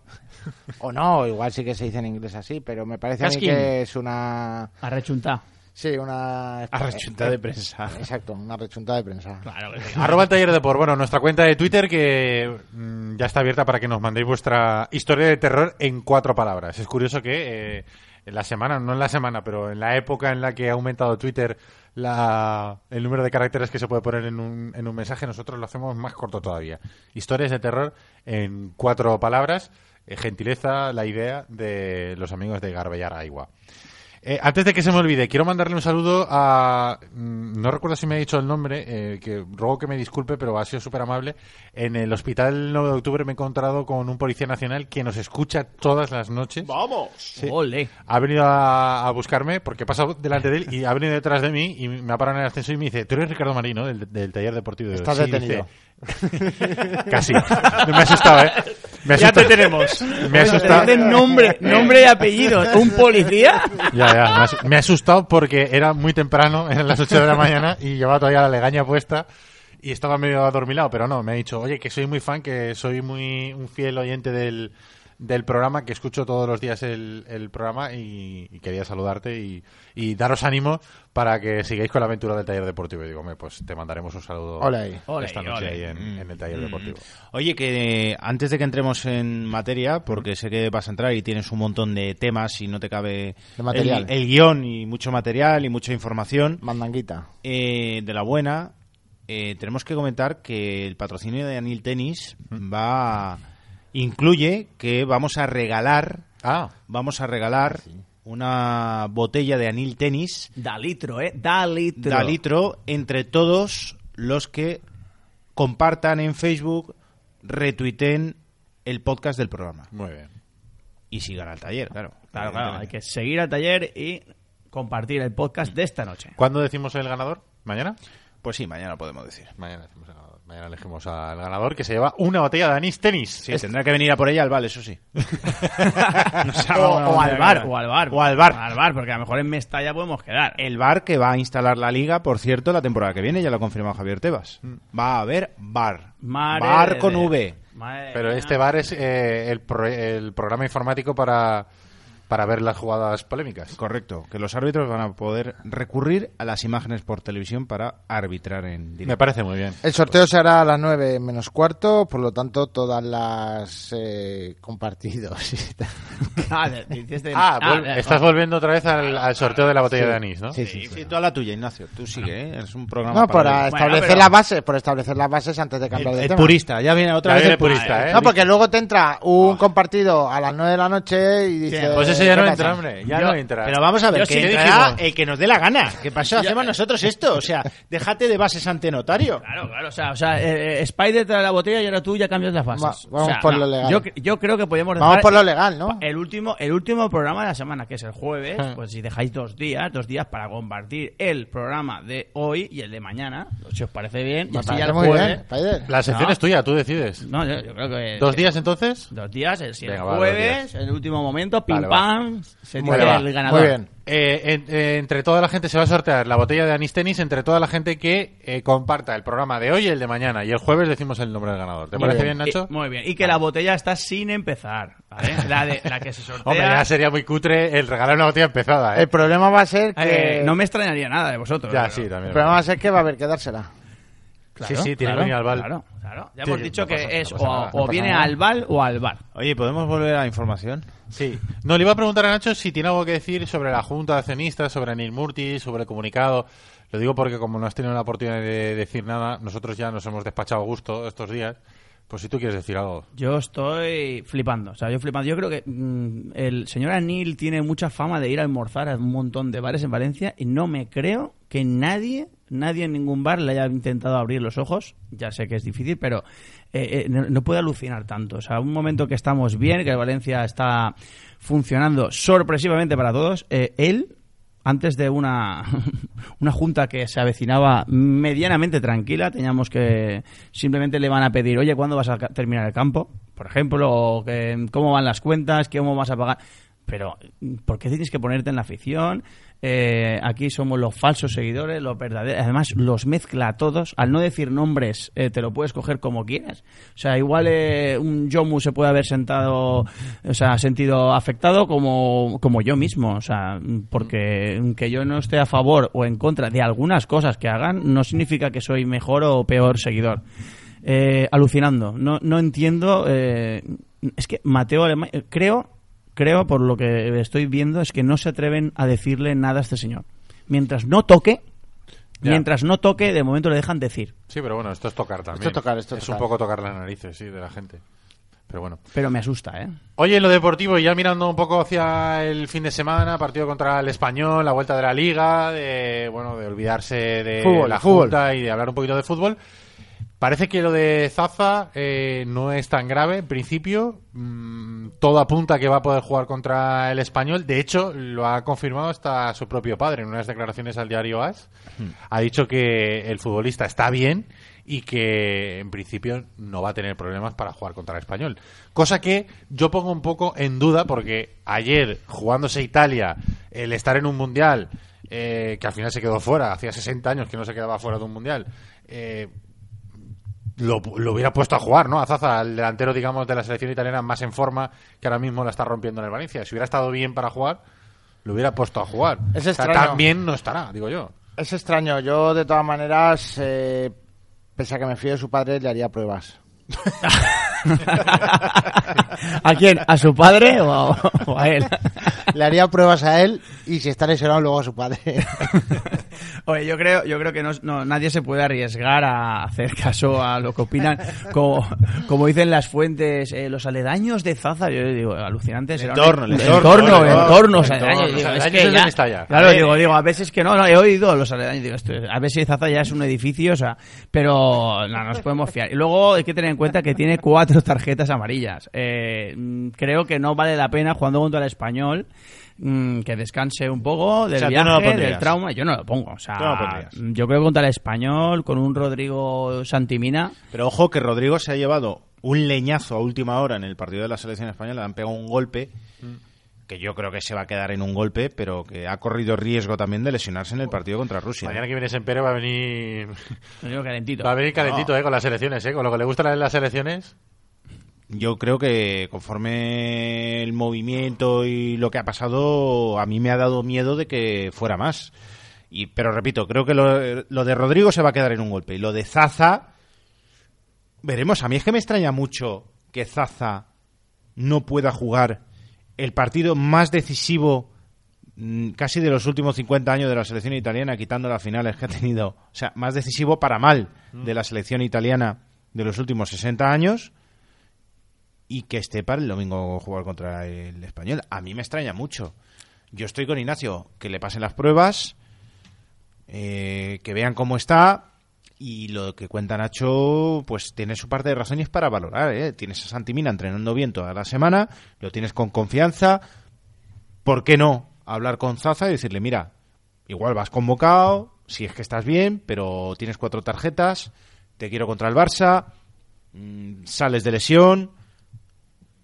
[SPEAKER 3] o no, igual sí que se dice en inglés así, pero me parece a mí
[SPEAKER 6] Gaskin.
[SPEAKER 3] que es una...
[SPEAKER 5] Arrechuntá.
[SPEAKER 3] Sí, una...
[SPEAKER 4] Arrechunta de prensa.
[SPEAKER 3] Exacto, una rechunta de prensa.
[SPEAKER 5] Claro
[SPEAKER 2] Arroba el taller de por. Bueno, nuestra cuenta de Twitter que mm, ya está abierta para que nos mandéis vuestra historia de terror en cuatro palabras. Es curioso que eh, en la semana, no en la semana, pero en la época en la que ha aumentado Twitter la, el número de caracteres que se puede poner en un, en un mensaje, nosotros lo hacemos más corto todavía. Historias de terror en cuatro palabras. Eh, gentileza, la idea de los amigos de Garbellar Aigua. Eh, antes de que se me olvide, quiero mandarle un saludo a. mm, No recuerdo si me ha dicho el nombre, eh, que ruego que me disculpe, pero ha sido súper amable. En el hospital 9 de octubre me he encontrado con un policía nacional que nos escucha todas las noches.
[SPEAKER 6] ¡Vamos!
[SPEAKER 5] Ole.
[SPEAKER 2] Ha venido a, a buscarme porque he pasado delante de él y ha venido detrás de mí y me ha parado en el ascensor y me dice: Tú eres Ricardo Marino del, del taller deportivo. Digo,
[SPEAKER 3] Estás
[SPEAKER 2] "Sí",
[SPEAKER 3] detenido.
[SPEAKER 2] dice. Casi. Me asustaba, ¿eh? Me
[SPEAKER 6] Ya
[SPEAKER 2] asusta-
[SPEAKER 6] te tenemos.
[SPEAKER 2] Me asustaba.
[SPEAKER 5] Este nombre, nombre y apellido. ¿Un policía?
[SPEAKER 2] Ya, ya, me, as- me ha asustado porque era muy temprano, eran las 8 de la mañana y llevaba todavía la legaña puesta y estaba medio adormilado, pero no, me ha dicho, oye, que soy muy fan, que soy muy un fiel oyente del, del programa, que escucho todos los días el, el programa y, y quería saludarte y, y daros ánimo para que sigáis con la aventura del taller deportivo. Y digo, "Hombre, pues te mandaremos un saludo
[SPEAKER 3] Ole ahí.
[SPEAKER 5] Ole
[SPEAKER 2] esta
[SPEAKER 5] ahí,
[SPEAKER 2] noche
[SPEAKER 5] ole
[SPEAKER 2] ahí en,
[SPEAKER 4] Mm,
[SPEAKER 2] en el taller
[SPEAKER 4] mm.
[SPEAKER 2] deportivo.
[SPEAKER 4] Oye, que eh, antes de que entremos en materia, porque sé que vas a entrar y tienes un montón de temas y no te cabe
[SPEAKER 3] De material.
[SPEAKER 4] El, el guión y mucho material y mucha información
[SPEAKER 3] Mandanguita.
[SPEAKER 4] eh, de la buena, eh, tenemos que comentar que el patrocinio de Anil Tenis va a- incluye que vamos a regalar
[SPEAKER 2] Ah,
[SPEAKER 4] vamos a regalar una botella de Anil Tenis
[SPEAKER 5] Da litro, ¿eh? Da litro.
[SPEAKER 4] da litro entre todos los que compartan en Facebook, retuiten el podcast del programa.
[SPEAKER 2] muy bien.
[SPEAKER 4] Y sigan al taller, claro.
[SPEAKER 5] Claro, claro. Hay que seguir al taller y compartir el podcast de esta noche.
[SPEAKER 2] ¿Cuándo decimos el ganador? ¿Mañana?
[SPEAKER 4] Pues sí, mañana podemos decir.
[SPEAKER 2] Mañana, decimos el ganador. Mañana elegimos al ganador que se lleva una botella de anís tenis.
[SPEAKER 4] Sí, tendrá que venir a por ella al vale, eso sí. Ah,
[SPEAKER 5] o, o al bar, o al bar. O al bar. Al bar, porque a lo mejor en Mestalla podemos quedar.
[SPEAKER 4] El bar que va a instalar la liga, por cierto, la temporada que viene, ya lo ha confirmado Javier Tebas.
[SPEAKER 5] Mm.
[SPEAKER 4] Va a haber bar.
[SPEAKER 5] Madre
[SPEAKER 4] bar con
[SPEAKER 5] de-
[SPEAKER 4] V.
[SPEAKER 5] Madre
[SPEAKER 2] Pero
[SPEAKER 5] mía.
[SPEAKER 2] este bar es eh, el, pro- el programa informático para, para ver las jugadas polémicas.
[SPEAKER 4] Correcto, que los árbitros van a poder recurrir a las imágenes por televisión para arbitrar en directo.
[SPEAKER 2] Me parece muy bien.
[SPEAKER 3] El sorteo se hará a las 9 menos cuarto, por lo tanto, todas las eh, compartidos. y tal.
[SPEAKER 5] Ah, de- dices de-
[SPEAKER 2] Ah,
[SPEAKER 5] ah,
[SPEAKER 2] vol-
[SPEAKER 5] de-
[SPEAKER 2] estás volviendo otra vez al, al sorteo de la botella
[SPEAKER 3] Sí.
[SPEAKER 2] de anís, ¿no?
[SPEAKER 3] Sí, sí,
[SPEAKER 4] Sí,
[SPEAKER 3] sí.
[SPEAKER 4] sí, toda la tuya, Ignacio. Tú sigue, ¿eh? Es un programa.
[SPEAKER 3] No, para
[SPEAKER 4] el-
[SPEAKER 5] Bueno,
[SPEAKER 3] establecer
[SPEAKER 5] pero-
[SPEAKER 3] las bases, por establecer las bases antes de cambiar
[SPEAKER 4] el,
[SPEAKER 3] de
[SPEAKER 4] el
[SPEAKER 3] tema.
[SPEAKER 4] purista. Ya viene otra
[SPEAKER 2] Ya
[SPEAKER 4] vez
[SPEAKER 2] viene
[SPEAKER 4] el purista,
[SPEAKER 2] purista, ¿eh?
[SPEAKER 4] ¿eh?
[SPEAKER 3] No, porque luego te entra un compartido a las 9 de la noche y dices...
[SPEAKER 2] Pues ese ya
[SPEAKER 3] ¿qué
[SPEAKER 2] no
[SPEAKER 3] pasa?
[SPEAKER 2] entra, hombre. Ya
[SPEAKER 4] Yo-
[SPEAKER 2] no entra.
[SPEAKER 4] Pero vamos a ver,
[SPEAKER 2] Yo
[SPEAKER 4] que
[SPEAKER 2] sí, ¿qué
[SPEAKER 4] entrará
[SPEAKER 2] dijimos?
[SPEAKER 4] el que nos dé la gana. ¿Qué pasó? Hacemos nosotros esto. O sea, déjate de bases ante notario.
[SPEAKER 5] Claro, claro, o sea, o sea eh, eh, Spider trae la botella y ahora tú ya cambias las bases.
[SPEAKER 3] Va- vamos
[SPEAKER 5] O sea,
[SPEAKER 3] por
[SPEAKER 5] no,
[SPEAKER 3] lo legal.
[SPEAKER 5] Yo, cre- yo creo que podemos
[SPEAKER 3] Vamos
[SPEAKER 5] dejar
[SPEAKER 3] por lo legal, Ah. ¿no?
[SPEAKER 5] el último, el último programa de la semana, que es el jueves, pues si dejáis dos días, dos días para compartir el programa de hoy y el de mañana, si os parece bien, y
[SPEAKER 3] Me
[SPEAKER 5] así ya
[SPEAKER 3] parece
[SPEAKER 5] el
[SPEAKER 3] muy
[SPEAKER 5] jueves-
[SPEAKER 3] bien, Spider.
[SPEAKER 2] La sección
[SPEAKER 5] No. Eh,
[SPEAKER 2] es tuya, tú decides.
[SPEAKER 5] No, yo, yo creo que...
[SPEAKER 2] ¿Dos días entonces?
[SPEAKER 5] Dos días, el, si el
[SPEAKER 2] Venga, va, dos
[SPEAKER 5] jueves,
[SPEAKER 2] días.
[SPEAKER 5] el último momento, pim
[SPEAKER 2] Vale, va.
[SPEAKER 5] pam, se
[SPEAKER 3] Muy
[SPEAKER 5] tiene
[SPEAKER 2] bien.
[SPEAKER 5] el ganador.
[SPEAKER 3] Muy bien.
[SPEAKER 2] Eh, en- eh, entre toda la gente se va a sortear la botella de anís tenis entre toda la gente que eh, comparta el programa de hoy y el de mañana. Y el jueves decimos el nombre del ganador. ¿Te
[SPEAKER 3] Muy
[SPEAKER 2] parece bien,
[SPEAKER 3] bien.
[SPEAKER 2] Nacho?
[SPEAKER 5] Y- muy bien. Y que la botella está sin empezar, ¿vale? La, de, la que se sortea.
[SPEAKER 2] Hombre, ya sería muy cutre el regalar una botella empezada,
[SPEAKER 3] El
[SPEAKER 2] ¿eh?
[SPEAKER 3] problema va a ser que...
[SPEAKER 5] Eh, no me extrañaría nada de vosotros.
[SPEAKER 2] Ya,
[SPEAKER 5] pero-
[SPEAKER 2] sí, también.
[SPEAKER 3] El problema va a ser que va a haber que dársela.
[SPEAKER 2] Sí, sí, tiene que venir al bal.
[SPEAKER 5] Claro, claro. Ya
[SPEAKER 2] Sí,
[SPEAKER 5] hemos dicho
[SPEAKER 2] no
[SPEAKER 5] que
[SPEAKER 2] pasa- no
[SPEAKER 5] es
[SPEAKER 2] pasa
[SPEAKER 5] o,
[SPEAKER 2] nada,
[SPEAKER 5] o
[SPEAKER 2] no pasa
[SPEAKER 5] viene
[SPEAKER 2] nada.
[SPEAKER 5] al bal o al bar.
[SPEAKER 4] Oye, ¿podemos volver a la información?
[SPEAKER 2] Sí. No, le iba a preguntar a Nacho si tiene algo que decir sobre la Junta de Accionistas, sobre Anil Murti, sobre el comunicado. Lo digo porque como no has tenido la oportunidad de decir nada, nosotros ya nos hemos despachado a gusto estos días. Pues si tú quieres decir algo.
[SPEAKER 5] Yo estoy flipando. O sea, yo flipando. Yo creo que mm, el señor Anil tiene mucha fama de ir a almorzar a un montón de bares en Valencia y no me creo que nadie, nadie en ningún bar le haya intentado abrir los ojos. Ya sé que es difícil, pero eh, eh, no, no puede alucinar tanto. O sea, un momento que estamos bien, que Valencia está funcionando sorpresivamente para todos, eh, él antes de una, una junta que se avecinaba medianamente tranquila, teníamos que simplemente le van a pedir, oye, ¿cuándo vas a ca- terminar el campo? Por ejemplo, o que, cómo van las cuentas, cómo vas a pagar. Pero, ¿por qué tienes que ponerte en la afición? Eh, aquí somos los falsos seguidores, los verdaderos. Además, los mezcla a todos. Al no decir nombres, eh, te lo puedes coger como quieras. O sea, igual eh, un Jomu se puede haber sentado, o sea, sentido afectado como, como yo mismo. O sea, porque que yo no esté a favor o en contra de algunas cosas que hagan, no significa que soy mejor o peor seguidor. Eh, alucinando. No, no entiendo. eh, es que Mateo Alemán, eh, creo, creo por lo que estoy viendo, es que no se atreven a decirle nada a este señor. Mientras no toque,
[SPEAKER 2] Ya.
[SPEAKER 5] mientras no toque, de momento le dejan decir.
[SPEAKER 2] Sí, pero bueno, esto es tocar también.
[SPEAKER 3] Esto es tocar, esto es
[SPEAKER 2] es
[SPEAKER 3] tocar.
[SPEAKER 2] un poco tocar las narices, sí, de la gente. Pero bueno.
[SPEAKER 5] Pero me asusta, ¿eh?
[SPEAKER 2] Oye, en lo deportivo, y ya mirando un poco hacia el fin de semana, partido contra el Español, la vuelta de la Liga, de, bueno, de olvidarse de
[SPEAKER 3] Fútbol,
[SPEAKER 2] la
[SPEAKER 3] fútbol.
[SPEAKER 2] Junta y de hablar un poquito de fútbol. Parece que lo de Zaza eh, no es tan grave, en principio. Mm, todo apunta a que va a poder jugar contra el Español. De hecho, lo ha confirmado hasta su propio padre en unas declaraciones al diario AS. Ha dicho que el futbolista está bien y que en principio no va a tener problemas para jugar contra el Español. Cosa que yo pongo un poco en duda porque ayer, jugándose Italia, el estar en un mundial eh, que al final se quedó fuera, hacía 60 años que no se quedaba fuera de un mundial. eh, lo, lo hubiera puesto a jugar, ¿no? A Zaza, el delantero, digamos, de la selección italiana más en forma, que ahora mismo la está rompiendo en el Valencia. Si hubiera estado bien para jugar, lo hubiera puesto a jugar.
[SPEAKER 3] Es
[SPEAKER 2] O sea,
[SPEAKER 3] extraño.
[SPEAKER 2] también no estará, digo yo.
[SPEAKER 3] Es extraño. Yo, de todas maneras, eh, pese a que me fío de su padre, le haría pruebas.
[SPEAKER 5] ¿A quién? ¿A su padre o a, o a él?
[SPEAKER 3] Le haría pruebas a él y si está lesionado, luego a su padre.
[SPEAKER 5] Oye, yo creo, yo creo que no, no- nadie se puede arriesgar a hacer caso a lo que opinan. Como, como dicen las fuentes, eh, los aledaños de Zaza, yo digo, alucinantes. El
[SPEAKER 4] entorno, el
[SPEAKER 5] entorno,
[SPEAKER 4] entorno,
[SPEAKER 5] el
[SPEAKER 4] el
[SPEAKER 5] entorno, los
[SPEAKER 2] entorno,
[SPEAKER 5] aledaños.
[SPEAKER 2] los
[SPEAKER 5] digo, es
[SPEAKER 2] aledaños
[SPEAKER 5] que
[SPEAKER 2] es
[SPEAKER 5] ya-
[SPEAKER 2] donde está ya.
[SPEAKER 4] Eh,
[SPEAKER 5] Claro, digo, digo, a veces que no, no, he oído los aledaños, digo, esto- a veces Zaza ya es un edificio, o sea, pero no nos podemos fiar. Y luego hay que tener en cuenta que tiene cuatro tarjetas amarillas. Eh, mm, creo que no vale la pena jugando contra el español. mm, que descanse un poco del
[SPEAKER 4] O sea, tú
[SPEAKER 5] viaje,
[SPEAKER 4] no lo
[SPEAKER 5] del
[SPEAKER 4] pondrías.
[SPEAKER 5] trauma, yo no lo pongo. O sea,
[SPEAKER 4] Tú no lo pondrías.
[SPEAKER 5] yo creo que contra el español, con un Rodrigo Santimina,
[SPEAKER 4] Pero ojo que Rodrigo se ha llevado un leñazo a última hora en el partido de la selección española, le han pegado un golpe que yo creo que se va a quedar en un golpe, pero que ha corrido riesgo también de lesionarse en el partido contra Rusia.
[SPEAKER 2] Mañana que viene Sempere va a venir
[SPEAKER 5] lo digo calentito.
[SPEAKER 2] va a venir calentito, eh, con las selecciones, eh, con lo que le gustan a él las selecciones.
[SPEAKER 4] Yo creo que conforme el movimiento y lo que ha pasado, a mí me ha dado miedo de que fuera más. Y, pero repito, creo que lo, lo de Rodrigo se va a quedar en un golpe. Y lo de Zaza, veremos. A mí es que me extraña mucho que Zaza no pueda jugar el partido más decisivo mm, casi de los últimos 50 años de la selección italiana, quitando las finales que ha tenido. O sea, más decisivo para mal de la selección italiana de los últimos 60 años y que esté para el domingo jugar contra el español. A mí me extraña mucho. Yo estoy con Ignacio, que le pasen las pruebas, eh, que vean cómo está. Y lo que cuenta Nacho, pues tiene su parte de razón y es para valorar. ¿eh? Tienes a Santimina entrenando bien toda la semana, lo tienes con confianza. ¿Por qué no hablar con Zaza y decirle, mira, igual vas convocado, si es que estás bien, pero tienes cuatro tarjetas, te quiero contra el Barça, mm, sales de lesión,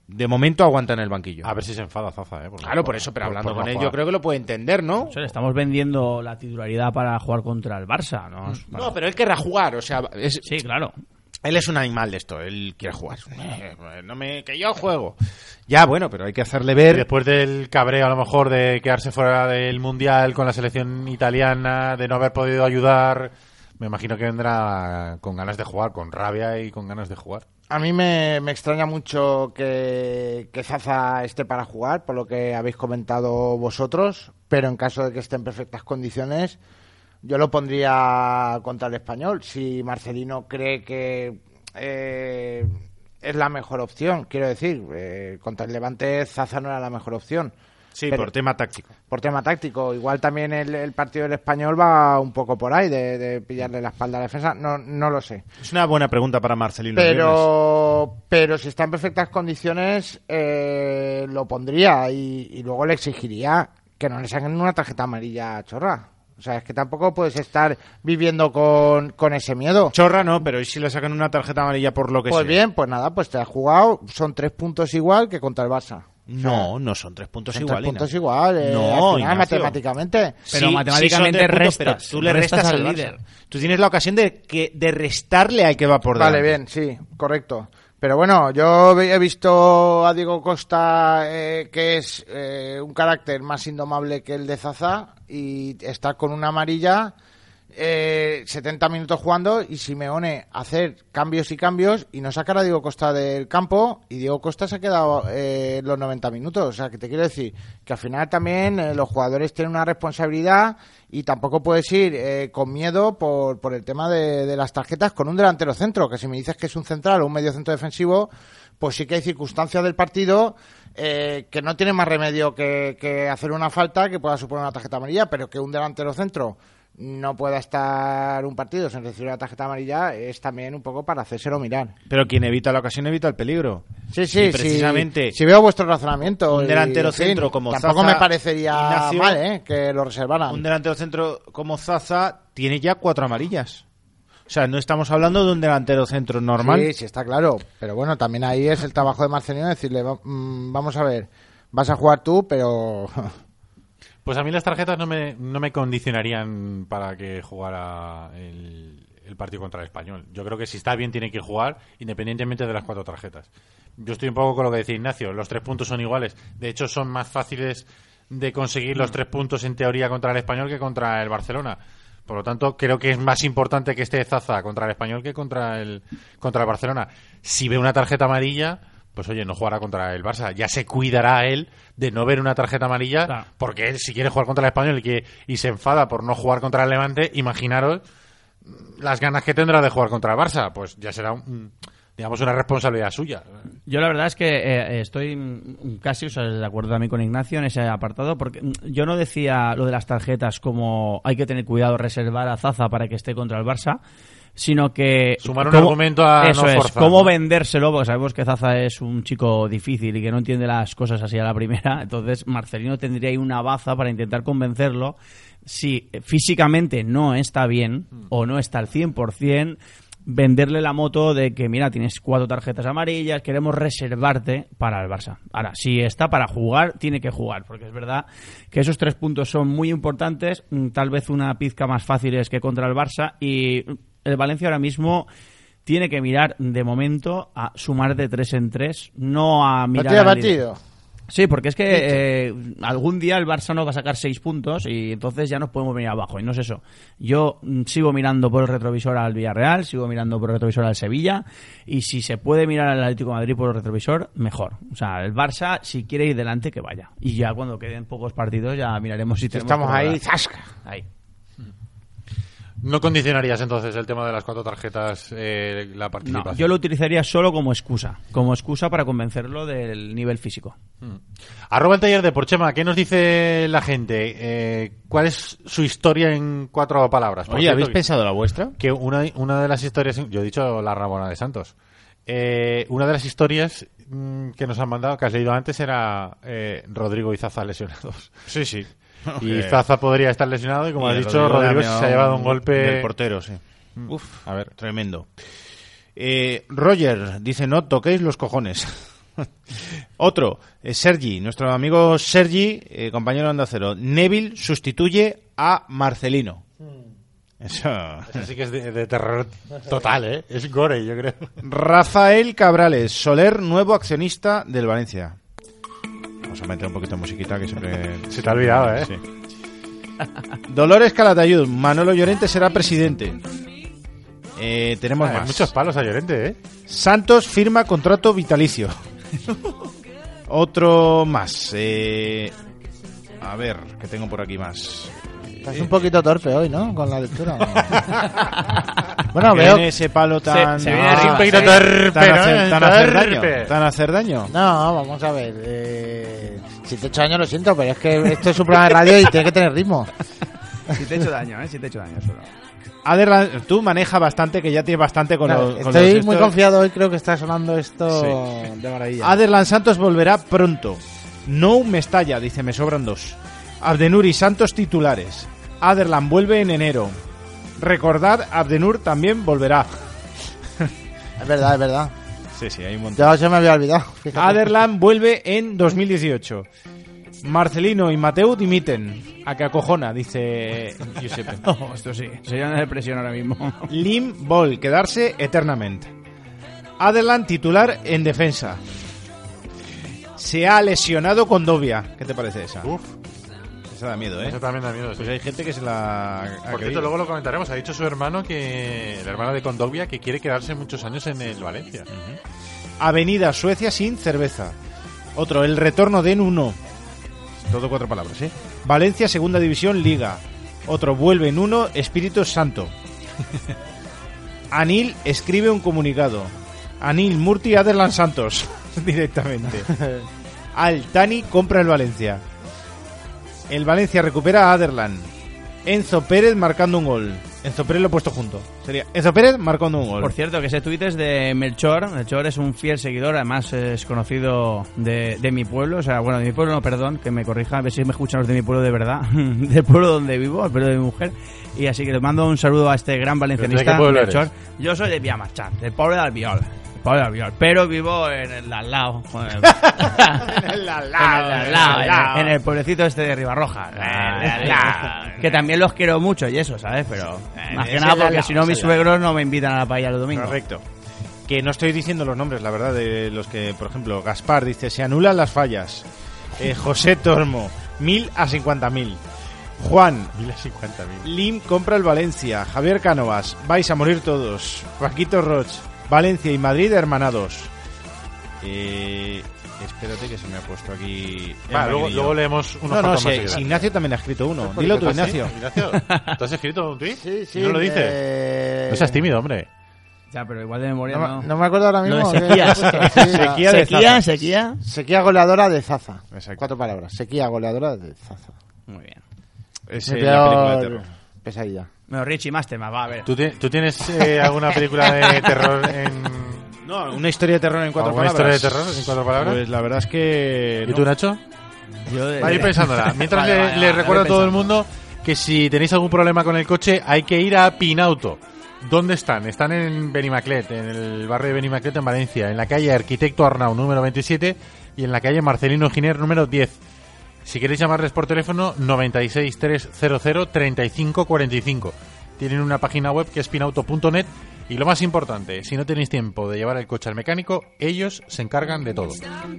[SPEAKER 4] de momento aguanta en el banquillo.
[SPEAKER 2] A ver si se enfada Zaza, eh. porque-
[SPEAKER 4] Claro, por eso, pero hablando
[SPEAKER 2] por no
[SPEAKER 4] con él,
[SPEAKER 2] jugar.
[SPEAKER 4] yo creo que lo puede entender, ¿no?
[SPEAKER 5] O sea, le estamos vendiendo la titularidad para jugar contra el Barça,
[SPEAKER 2] Mm.
[SPEAKER 5] ¿no? Para-
[SPEAKER 4] No, pero él querrá jugar, o sea, es-
[SPEAKER 5] Sí, claro.
[SPEAKER 4] él es un animal de esto, él quiere jugar. Eh, No me, que yo juego. Ya, bueno, pero hay que hacerle
[SPEAKER 2] Y
[SPEAKER 4] ver.
[SPEAKER 2] Después del cabreo, a lo mejor, de quedarse fuera del Mundial con la selección italiana, de no haber podido ayudar, me imagino que vendrá con ganas de jugar, con rabia y con ganas de jugar.
[SPEAKER 3] A mí me, me extraña mucho que, que Zaza esté para jugar, por lo que habéis comentado vosotros, pero en caso de que esté en perfectas condiciones, yo lo pondría contra el español. Si Marcelino cree que eh, es la mejor opción, quiero decir, eh, contra el Levante Zaza no era la mejor opción.
[SPEAKER 4] Sí,
[SPEAKER 3] Pero-
[SPEAKER 4] por tema táctico.
[SPEAKER 3] por tema táctico. Igual también el, el partido del español va un poco por ahí, de, de pillarle la espalda a la defensa, no, no lo sé.
[SPEAKER 4] Es una buena pregunta para Marcelino. Llanes.
[SPEAKER 3] Pero, pero si está en perfectas condiciones, eh, lo pondría y, y luego le exigiría que no le saquen una tarjeta amarilla chorra. O sea, es que tampoco puedes estar viviendo con, con ese miedo.
[SPEAKER 4] Chorra no, pero ¿y si le sacan una tarjeta amarilla por lo que
[SPEAKER 3] Pues
[SPEAKER 4] sea?
[SPEAKER 3] bien, pues nada, pues te has jugado, son tres puntos igual que contra el Barça.
[SPEAKER 4] No, no son tres puntos
[SPEAKER 3] Son tres
[SPEAKER 4] iguales.
[SPEAKER 3] puntos
[SPEAKER 4] Ignacio.
[SPEAKER 3] iguales.
[SPEAKER 4] No,
[SPEAKER 3] al final,
[SPEAKER 4] Ignacio.
[SPEAKER 3] matemáticamente.
[SPEAKER 5] Pero matemáticamente
[SPEAKER 4] son tres puntos,
[SPEAKER 5] restas,
[SPEAKER 4] pero tú le
[SPEAKER 5] restas
[SPEAKER 4] restas,
[SPEAKER 5] al
[SPEAKER 4] al
[SPEAKER 5] Barça.
[SPEAKER 4] líder. Tú tienes la ocasión de, que, de restarle al que va por delante.
[SPEAKER 3] Vale, bien, sí, correcto. Pero bueno, yo he visto a Diego Costa eh, que es eh, un carácter más indomable que el de Zaza y está con una amarilla eh, 70 minutos jugando y Simeone hacer cambios y cambios y no sacar a Diego Costa del campo y Diego Costa se ha quedado eh, los 90 minutos. O sea, que te quiero decir que al final también eh, los jugadores tienen una responsabilidad y tampoco puedes ir eh, con miedo por, por el tema de, de las tarjetas con un delantero centro, que si me dices que es un central o un medio centro defensivo, pues sí que hay circunstancias del partido eh, que no tienen más remedio que, que hacer una falta que pueda suponer una tarjeta amarilla, pero que un delantero centro no pueda estar un partido sin recibir una tarjeta amarilla es también un poco para hacérselo mirar.
[SPEAKER 4] Pero quien evita la ocasión evita el peligro.
[SPEAKER 3] Sí, sí, sí.
[SPEAKER 4] Y precisamente
[SPEAKER 3] Si veo vuestro razonamiento.
[SPEAKER 4] un
[SPEAKER 3] y,
[SPEAKER 4] delantero
[SPEAKER 3] en fin,
[SPEAKER 4] centro como
[SPEAKER 3] Tampoco
[SPEAKER 4] Zaza,
[SPEAKER 3] me parecería
[SPEAKER 4] Ignacio,
[SPEAKER 3] mal, ¿eh? Que lo reservaran.
[SPEAKER 4] un delantero centro como Zaza tiene ya cuatro amarillas. O sea, no estamos hablando de un delantero centro normal.
[SPEAKER 3] Sí, sí, está claro. Pero bueno, también ahí es el trabajo de Marcelino decirle, va- mm, vamos a ver, vas a jugar tú, pero...
[SPEAKER 2] Pues a mí las tarjetas no me, no me condicionarían para que jugara el, el partido contra el español. Yo creo que si está bien tiene que jugar independientemente de las cuatro tarjetas. Yo estoy un poco con lo que decía Ignacio, los tres puntos son iguales. De hecho, son más fáciles de conseguir los tres puntos en teoría contra el español que contra el Barcelona. Por lo tanto, creo que es más importante que esté Zaza contra el español que contra el, contra el Barcelona. Si ve una tarjeta amarilla, pues oye, no jugará contra el Barça. Ya se cuidará él de no ver una tarjeta amarilla,
[SPEAKER 5] Claro.
[SPEAKER 2] porque él, si quiere jugar contra el español y, que, y se enfada por no jugar contra el Levante, imaginaros las ganas que tendrá de jugar contra el Barça. Pues ya será, un- digamos, una responsabilidad suya.
[SPEAKER 5] Yo la verdad es que eh, eh, estoy mm, casi o sea, de acuerdo también con Ignacio en ese apartado, porque mm, yo no decía lo de las tarjetas como hay que tener cuidado, reservar a Zaza para que esté contra el Barça, sino que...
[SPEAKER 2] Sumar un
[SPEAKER 5] cómo-
[SPEAKER 2] argumento a
[SPEAKER 5] Eso
[SPEAKER 2] no
[SPEAKER 5] es,
[SPEAKER 2] forzar,
[SPEAKER 5] cómo
[SPEAKER 2] ¿no?
[SPEAKER 5] vendérselo, porque sabemos que Zaza es un chico difícil y que no entiende las cosas así a la primera, entonces Marcelino tendría ahí una baza para intentar convencerlo si eh, físicamente no está bien o no está al 100%, venderle la moto de que, mira, tienes cuatro tarjetas amarillas, queremos reservarte para el Barça. Ahora, si está para jugar, tiene que jugar, porque es verdad que esos tres puntos son muy importantes, mm, tal vez una pizca más fáciles que contra el Barça, y mm, el Valencia ahora mismo... Tiene que mirar de momento a sumar de tres en tres, no a mirar.
[SPEAKER 3] Partido a
[SPEAKER 5] al líder.
[SPEAKER 3] partido.
[SPEAKER 5] Sí, porque es que eh, algún día el Barça no va a sacar seis puntos y entonces ya nos podemos venir abajo. Y no es eso. Yo mm, sigo mirando por el retrovisor al Villarreal, sigo mirando por el retrovisor al Sevilla y si se puede mirar al Atlético de Madrid por el retrovisor, mejor. O sea, el Barça, si quiere ir delante, que vaya. Y ya cuando queden pocos partidos, ya miraremos si
[SPEAKER 3] Si
[SPEAKER 5] tenemos
[SPEAKER 3] estamos
[SPEAKER 5] que
[SPEAKER 3] ahí,
[SPEAKER 5] rodar.
[SPEAKER 3] zasca.
[SPEAKER 5] Ahí.
[SPEAKER 2] ¿No condicionarías entonces el tema de las cuatro tarjetas, eh, la participación?
[SPEAKER 5] No, yo lo utilizaría solo como excusa, como excusa para convencerlo del nivel físico.
[SPEAKER 2] Arroba el taller de Porchema, ¿qué nos dice la gente? Eh, ¿Cuál es su historia en cuatro palabras? Por
[SPEAKER 4] Oye,
[SPEAKER 2] cierto,
[SPEAKER 4] ¿habéis
[SPEAKER 2] que-
[SPEAKER 4] pensado la vuestra?
[SPEAKER 2] que una, una de las historias, yo he dicho la Ramona de Santos, Eh, una de las historias mm, que nos han mandado, que has leído antes, era eh, Rodrigo y Zaza lesionados.
[SPEAKER 4] Sí, sí. Eh,
[SPEAKER 2] Y Zaza podría estar lesionado y como has dicho, Rodrigo, se ha llevado un golpe... Mm.
[SPEAKER 4] Del portero, sí. Uf, a ver, tremendo. Eh, Roger dice, no toquéis los cojones. Otro, eh, Sergi, nuestro amigo Sergi, eh, compañero de Onda Cero. Neville sustituye a Marcelino. Eso.
[SPEAKER 2] Así Hmm. que es de, de terror total, ¿eh? Es gore, yo creo.
[SPEAKER 4] Rafael Cabrales, Soler, nuevo accionista del Valencia. Vamos a meter un poquito de musiquita que siempre...
[SPEAKER 2] Se te ha olvidado, ¿eh?
[SPEAKER 4] Sí. Dolores Calatayud, Manolo Llorente será presidente. Eh, tenemos
[SPEAKER 2] Hay
[SPEAKER 4] más.
[SPEAKER 2] muchos palos a Llorente, ¿eh?
[SPEAKER 4] Santos firma contrato vitalicio. Otro más. eh, a ver, que tengo por aquí más.
[SPEAKER 3] Estás un poquito torpe hoy, ¿no? Con la lectura. bueno,
[SPEAKER 4] Viene
[SPEAKER 3] veo...
[SPEAKER 4] ese palo tan... Ah,
[SPEAKER 5] se viene arriba,
[SPEAKER 4] tan
[SPEAKER 5] se
[SPEAKER 2] viene-
[SPEAKER 4] hacer- tan hacer- tan hacer
[SPEAKER 2] Torpe.
[SPEAKER 4] daño, tan hacer daño.
[SPEAKER 3] No, vamos a ver. Eh... Si te echo daño lo siento, pero es que esto es un programa de radio y tiene que tener ritmo.
[SPEAKER 5] Si te he hecho daño, ¿eh? Si te he hecho daño solo.
[SPEAKER 4] Ader Lan- tú maneja bastante, que ya tienes bastante con,
[SPEAKER 3] Claro,
[SPEAKER 4] los- con
[SPEAKER 3] Estoy
[SPEAKER 4] los
[SPEAKER 3] muy
[SPEAKER 4] estos.
[SPEAKER 3] confiado hoy, creo que está sonando esto Ah, de maravilla.
[SPEAKER 4] Aderlan Santos volverá pronto. No Mestalla, dice, me sobran dos. Abdenur y Santos titulares. Aderlan vuelve en enero. Recordad, Abdenur también volverá.
[SPEAKER 3] Es verdad, es verdad.
[SPEAKER 4] Sí, sí, hay un montón.
[SPEAKER 3] Ya se me había olvidado. fíjate.
[SPEAKER 6] Aderland vuelve en 2018. Marcelino y Mateu dimiten. A que acojona, dice Giuseppe.
[SPEAKER 5] No, esto sí. Sería una depresión ahora mismo.
[SPEAKER 6] Lim Bol, quedarse eternamente. Adelan titular en defensa. Se ha lesionado Condovia. ¿Qué te parece esa?
[SPEAKER 2] Uf,
[SPEAKER 4] Esa da miedo, ¿eh?
[SPEAKER 2] eso también da miedo. sí.
[SPEAKER 4] Pues hay gente que se la... ha
[SPEAKER 2] Por cierto,
[SPEAKER 4] creído.
[SPEAKER 2] luego lo comentaremos. Ha dicho su hermano que. La hermana de Condovia que quiere quedarse muchos años en el Valencia.
[SPEAKER 6] Avenida Suecia sin cerveza. Otro, el retorno de Nuno. Todo cuatro palabras, ¿eh? Valencia, segunda división, Liga. Otro, vuelve Nuno, Espíritu Santo. Anil escribe un comunicado. Anil Murti Adelan Santos, directamente. Altani compra el Valencia. El Valencia recupera a Aderlan. Enzo Pérez marcando un gol. Enzo Pérez lo he puesto junto. Sería Enzo Pérez marcando un gol.
[SPEAKER 5] Por cierto, que ese tuit es de Melchor. Melchor es un fiel seguidor, además es conocido de, de mi pueblo. O sea, bueno, de mi pueblo no, perdón, que me corrija, a ver si me escuchan los de mi pueblo de verdad. Del pueblo donde vivo, el pueblo de mi mujer. Y así que les mando un saludo a este gran
[SPEAKER 2] ¿Pero de
[SPEAKER 5] valencianista,
[SPEAKER 2] qué pueblo
[SPEAKER 5] Melchor. Yo soy de Villamarchán, del pueblo de Albiol. del pueblo de Albiol, pero vivo en el de al lado. en el
[SPEAKER 6] el al
[SPEAKER 5] en el de al lado,
[SPEAKER 6] al
[SPEAKER 5] en
[SPEAKER 6] lado.
[SPEAKER 5] el- en el pueblecito este de Ribarroja.
[SPEAKER 4] Ah,
[SPEAKER 5] Eh, que también los quiero mucho y eso, ¿sabes? Pero más que
[SPEAKER 6] es
[SPEAKER 5] nada
[SPEAKER 6] el de al
[SPEAKER 5] porque
[SPEAKER 6] lado,
[SPEAKER 5] si no
[SPEAKER 6] es
[SPEAKER 5] mis
[SPEAKER 6] el de al
[SPEAKER 5] suegros no me invitan a la paella los domingos.
[SPEAKER 4] Correcto. Que no estoy diciendo los nombres, la verdad, de los que, por ejemplo, Gaspar dice, se anulan las fallas. Eh, José Tormo, mil a 50.000. Juan,
[SPEAKER 2] 1050.000.
[SPEAKER 4] Lim compra el Valencia. Javier Cánovas, vais a morir todos. Paquito Roch, Valencia y Madrid hermanados. Eh, espérate que se me ha puesto aquí... el
[SPEAKER 2] Va, luego,
[SPEAKER 4] maquinillo.
[SPEAKER 2] luego leemos unos
[SPEAKER 4] No, no,
[SPEAKER 2] cuantos
[SPEAKER 4] si-
[SPEAKER 2] más seguidas.
[SPEAKER 4] si Ignacio también ha escrito uno. Dilo tú,
[SPEAKER 2] ¿Ah, sí?
[SPEAKER 4] Ignacio.
[SPEAKER 2] Ignacio, ¿Tú has escrito un tuit?
[SPEAKER 3] Sí, sí.
[SPEAKER 2] ¿No lo
[SPEAKER 3] eh,
[SPEAKER 2] dices? No seas tímido, hombre.
[SPEAKER 5] Ya, pero igual de memoria
[SPEAKER 3] No,
[SPEAKER 5] no.
[SPEAKER 3] me- no me acuerdo ahora
[SPEAKER 5] Lo
[SPEAKER 3] mismo.
[SPEAKER 5] de
[SPEAKER 3] que-
[SPEAKER 5] sequía.
[SPEAKER 3] Sí, la-
[SPEAKER 4] Sequía de
[SPEAKER 5] sequía, sequía.
[SPEAKER 3] sequía goleadora de Zaza.
[SPEAKER 4] Exacto.
[SPEAKER 3] Cuatro palabras. Sequía goleadora de Zaza.
[SPEAKER 5] Muy bien.
[SPEAKER 4] Es
[SPEAKER 3] Mi
[SPEAKER 4] eh, la película de
[SPEAKER 3] peor
[SPEAKER 4] terror.
[SPEAKER 3] Pesadilla.
[SPEAKER 5] Bueno, Richie, más temas, va, a ver.
[SPEAKER 2] ¿Tú, ti- tú tienes eh, alguna película de terror en.
[SPEAKER 4] No, una historia de terror en cuatro
[SPEAKER 2] ¿Alguna
[SPEAKER 4] palabras.
[SPEAKER 2] historia de terror en cuatro palabras?
[SPEAKER 4] Pues la verdad es que.
[SPEAKER 2] ¿Y tú, Nacho?
[SPEAKER 5] Yo de-
[SPEAKER 2] Va a ir pensándola. Mientras
[SPEAKER 5] Vale,
[SPEAKER 2] le,
[SPEAKER 5] vale,
[SPEAKER 2] le
[SPEAKER 5] vale,
[SPEAKER 2] recuerdo a
[SPEAKER 5] voy
[SPEAKER 2] todo el
[SPEAKER 5] pensando.
[SPEAKER 2] mundo que si tenéis algún problema con el coche, hay que ir a Pinauto. ¿Dónde están? Están en Benimaclet, en el barrio de Benimaclet, en Valencia, en la calle Arquitecto Arnau, número 27, y en la calle Marcelino Giner, número 10. Si queréis llamarles por teléfono, 963003545. Tienen una página web que es pinauto.net y lo más importante, si no tenéis tiempo de llevar el coche al mecánico, ellos se encargan de todo.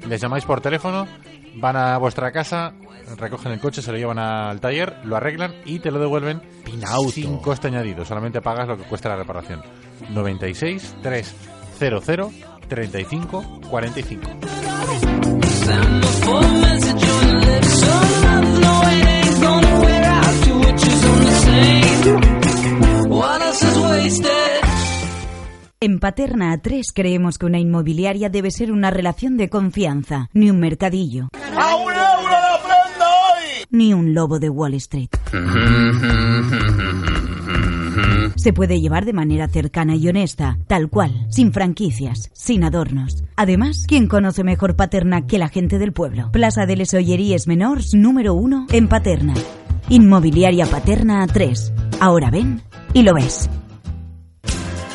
[SPEAKER 2] Les llamáis por teléfono, van a vuestra casa, recogen el coche, se lo llevan al taller, lo arreglan y te lo devuelven
[SPEAKER 4] Pinauto.
[SPEAKER 2] sin coste añadido. Solamente pagas lo que cuesta la reparación. 96 300 35 45.
[SPEAKER 1] Send a full message on your lips, so love, no, it ain't gonna wear out. Two inches on the same. What else is wasted?
[SPEAKER 7] En Paterna A3 creemos que una inmobiliaria debe ser una relación de confianza, ni un mercadillo. Ni un lobo de Wall Street. Se puede llevar de manera cercana y honesta, tal cual, sin franquicias, sin adornos. Además, ¿quién conoce mejor Paterna que la gente del pueblo? Plaza de les Olleries Menors, número 1, en Paterna. Inmobiliaria Paterna A3. Ahora ven y lo ves.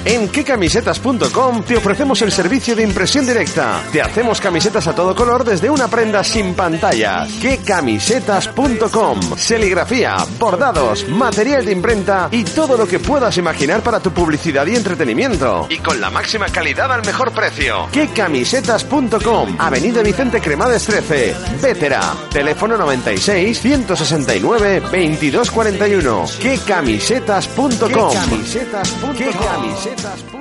[SPEAKER 8] En quecamisetas.com te ofrecemos el servicio de impresión directa. Te hacemos camisetas a todo color desde una prenda sin pantallas. quecamisetas.com Serigrafía, bordados, material de imprenta y todo lo que puedas imaginar para tu publicidad y entretenimiento. Y con la máxima calidad al mejor precio. quecamisetas.com Avenida Vicente Cremades 13, Vétera. Teléfono 96 169 2241. quecamisetas.com quecamisetas.com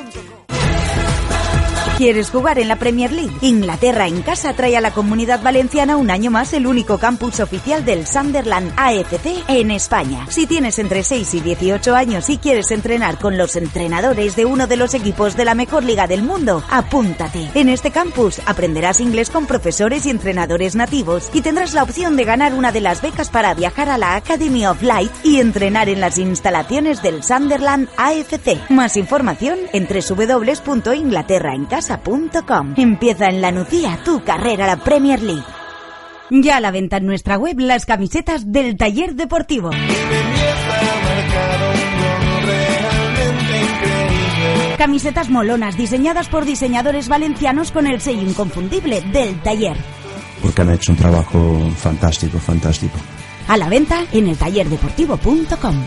[SPEAKER 7] ¿Quieres jugar en la Premier League? Inglaterra en casa trae a la comunidad valenciana un año más el único campus oficial del Sunderland AFC en España. Si tienes entre 6 y 18 años y quieres entrenar con los entrenadores de uno de los equipos de la mejor liga del mundo, apúntate. En este campus aprenderás inglés con profesores y entrenadores nativos y tendrás la opción de ganar una de las becas para viajar a la Academy of Light y entrenar en las instalaciones del Sunderland AFC. Más información en www.inglaterraencasa.com. Empieza en la Nucía tu carrera a la Premier League. Ya a la venta en nuestra web las camisetas del taller deportivo. Camisetas molonas diseñadas por diseñadores valencianos con el sello inconfundible del taller.
[SPEAKER 9] porque han hecho un trabajo fantástico, fantástico.
[SPEAKER 7] A la venta en el tallerdeportivo.com.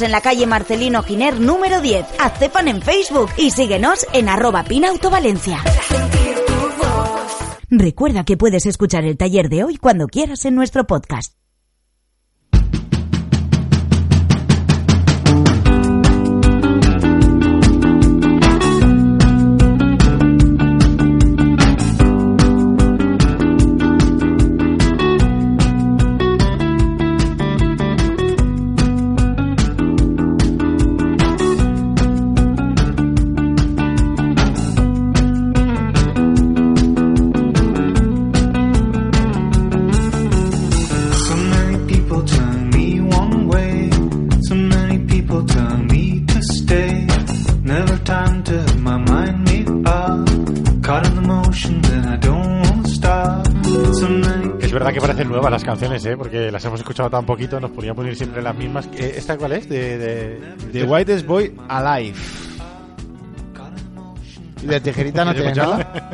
[SPEAKER 7] en la calle Marcelino Giner número 10. Haz cepan en Facebook y síguenos en arroba Pinauto Valencia. Recuerda que puedes escuchar el taller de hoy cuando quieras en nuestro podcast.
[SPEAKER 1] So many people turn me one way. So many people tell me to stay. Never time to have my mind made up. Caught in the motion that I don't want to stop. So many
[SPEAKER 2] Es verdad que parecen nuevas las canciones, ¿eh? porque las hemos escuchado tan poquito, nos podían poner siempre las mismas. Eh, ¿Esta cuál es? De, de,
[SPEAKER 6] The Whitest Boy Alive.
[SPEAKER 3] Y de tijerita no tienes
[SPEAKER 2] escuchado?
[SPEAKER 3] nada.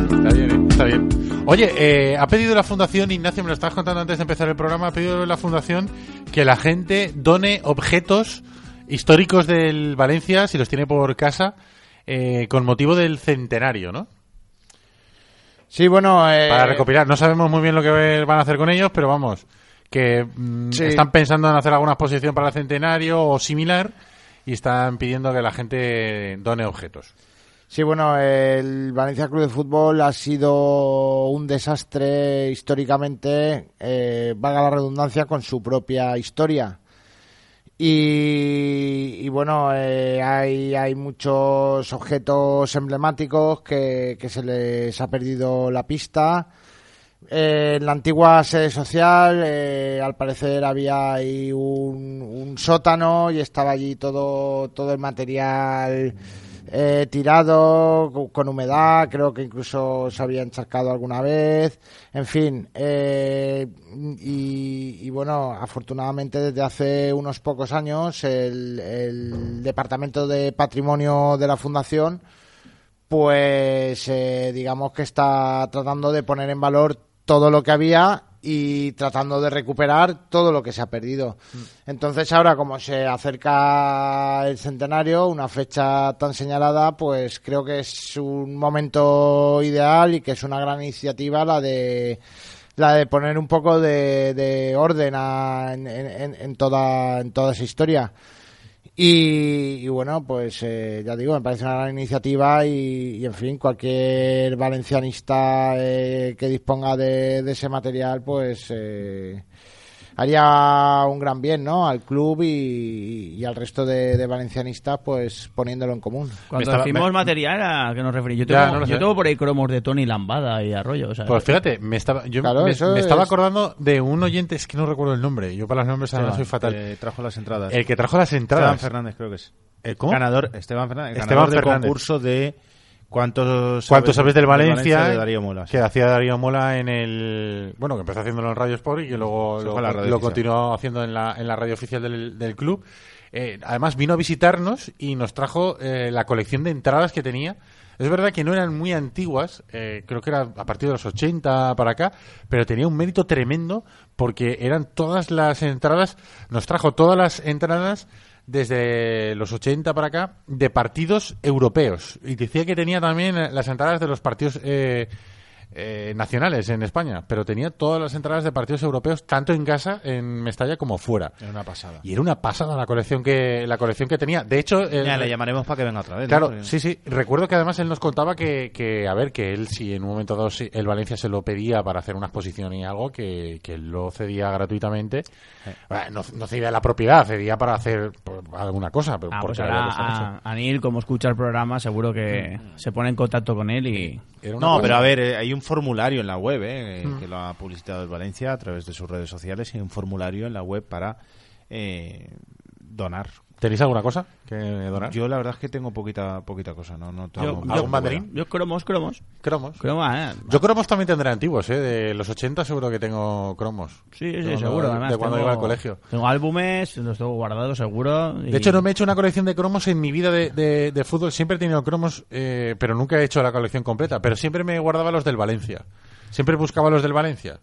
[SPEAKER 2] Está bien, ¿eh? está bien. Oye, eh, ha pedido la fundación, Ignacio, me lo estabas contando antes de empezar el programa, ha pedido la fundación que la gente done objetos históricos del Valencia, si los tiene por casa, eh, con motivo del centenario, ¿no?
[SPEAKER 3] Sí, bueno, eh,
[SPEAKER 2] Para recopilar. No sabemos muy bien lo que van a hacer con ellos, pero vamos, que mm,
[SPEAKER 3] Sí.
[SPEAKER 2] están pensando en hacer alguna exposición para el centenario o similar y están pidiendo que la gente done objetos.
[SPEAKER 3] Sí, bueno, el Valencia Club de Fútbol ha sido un desastre históricamente, eh, valga la redundancia, con su propia historia. Y, y bueno, eh, hay, hay muchos objetos emblemáticos que, que se les ha perdido la pista. Eh, en la antigua sede social, eh, al parecer había ahí un, un sótano y estaba allí todo, todo el material eh, tirado, co- con humedad, creo que incluso se había encharcado alguna vez, en fin. eh, y, y bueno, afortunadamente desde hace unos pocos años el- el Departamento de Patrimonio de la Fundación pues eh, digamos que está tratando de poner en valor todo lo que había y tratando de recuperar todo lo que se ha perdido. Entonces ahora como se acerca el centenario, una fecha tan señalada, pues creo que es un momento ideal y que es una gran iniciativa la de la de poner un poco de, de orden a- en, en- en toda en toda esa historia. Y, y bueno, pues eh, ya digo, me parece una gran iniciativa y, y, en fin, cualquier valencianista eh, que disponga de, de ese material, pues eh, haría un gran bien, ¿no? Al club y, y al resto de, de valencianistas, pues poniéndolo en común.
[SPEAKER 2] Me
[SPEAKER 5] Cuando
[SPEAKER 2] estaba-
[SPEAKER 5] decimos
[SPEAKER 2] me-
[SPEAKER 5] material, ¿a qué nos referimos? Yo tengo,
[SPEAKER 2] Ya, no lo
[SPEAKER 5] yo
[SPEAKER 2] sé.
[SPEAKER 5] tengo por ahí cromos de Tony Lambada y Arroyo. O sea,
[SPEAKER 2] Pues fíjate, me estaba, yo
[SPEAKER 3] Claro,
[SPEAKER 2] me,
[SPEAKER 3] eso
[SPEAKER 2] me estaba
[SPEAKER 3] es-
[SPEAKER 2] acordando de un oyente, es que no recuerdo el nombre, yo para los nombres ahora soy fatal.
[SPEAKER 6] Eh, trajo las entradas.
[SPEAKER 2] el que trajo las
[SPEAKER 6] Esteban
[SPEAKER 2] entradas.
[SPEAKER 6] Fernández, creo que es.
[SPEAKER 2] Eh, ¿Cómo?
[SPEAKER 6] Ganador, Esteban Fernández.
[SPEAKER 2] Esteban
[SPEAKER 6] ganador del
[SPEAKER 2] Fernández.
[SPEAKER 6] concurso de cuántos
[SPEAKER 2] ¿Cuántos sabes del Valencia?
[SPEAKER 6] de Darío Mola. sí.
[SPEAKER 2] Que hacía Darío Mola en el. Bueno, que empezó haciéndolo en Radio Sport y que luego
[SPEAKER 6] Se
[SPEAKER 2] lo,
[SPEAKER 6] fue a la radio
[SPEAKER 2] lo
[SPEAKER 6] oficial.
[SPEAKER 2] continuó haciendo en la, en la radio oficial del, del club. Eh, además, vino a visitarnos y nos trajo eh, la colección de entradas que tenía. Es verdad que no eran muy antiguas, eh, creo que era a partir de los 80 para acá, pero tenía un mérito tremendo porque eran todas las entradas, nos trajo todas las entradas desde los 80 para acá de partidos europeos. Y decía que tenía también eh, las entradas de los partidos eh, eh, nacionales en España, pero tenía todas las entradas de partidos europeos, tanto en casa, en Mestalla, como fuera.
[SPEAKER 4] Era una pasada.
[SPEAKER 2] Y era una pasada la colección que, la colección que tenía. De hecho, el-
[SPEAKER 4] Ya, le llamaremos para que venga otra vez. ¿no?
[SPEAKER 2] Claro,
[SPEAKER 4] Porque-
[SPEAKER 2] sí, sí. Recuerdo que además él nos contaba que, que, a ver, que él, si en un momento dado si el Valencia se lo pedía para hacer una exposición y algo, que, que él lo cedía gratuitamente. Bueno, no, no cedía la propiedad, cedía para hacer pues, alguna cosa. Pero
[SPEAKER 5] Ah,
[SPEAKER 2] porque
[SPEAKER 5] pues
[SPEAKER 2] había
[SPEAKER 5] ahora
[SPEAKER 2] que hacer eso.
[SPEAKER 5] a, a Neil, como escucha el programa, seguro que
[SPEAKER 2] Mm.
[SPEAKER 5] se pone en contacto con él y...
[SPEAKER 2] Era una
[SPEAKER 4] No,
[SPEAKER 2] cosa-
[SPEAKER 4] pero a ver, eh, hay un formulario en la web eh, que lo ha publicitado el Valencia a través de sus redes sociales. Hay un formulario en la web para eh, donar.
[SPEAKER 2] ¿Tenéis alguna cosa que donar?
[SPEAKER 4] Yo la verdad es que tengo poquita poquita cosa, no no tengo
[SPEAKER 5] Yo-
[SPEAKER 4] mucho.
[SPEAKER 2] ¿Algún banderín?
[SPEAKER 5] Yo cromos, cromos.
[SPEAKER 2] Cromos.
[SPEAKER 5] Croma, ¿eh?
[SPEAKER 2] Yo cromos también tendré antiguos, ¿eh? De los 80 seguro que tengo cromos.
[SPEAKER 5] Sí, sí,
[SPEAKER 2] Tengo
[SPEAKER 5] seguro.
[SPEAKER 2] De,
[SPEAKER 5] además
[SPEAKER 2] de cuando
[SPEAKER 5] tengo-
[SPEAKER 2] iba al colegio.
[SPEAKER 5] Tengo álbumes, los tengo guardados seguro.
[SPEAKER 2] De hecho, no me he hecho una colección de cromos en mi vida de, de- de fútbol. Siempre he tenido cromos, eh, pero nunca he hecho la colección completa. Pero siempre me guardaba los del Valencia. Siempre buscaba los del Valencia.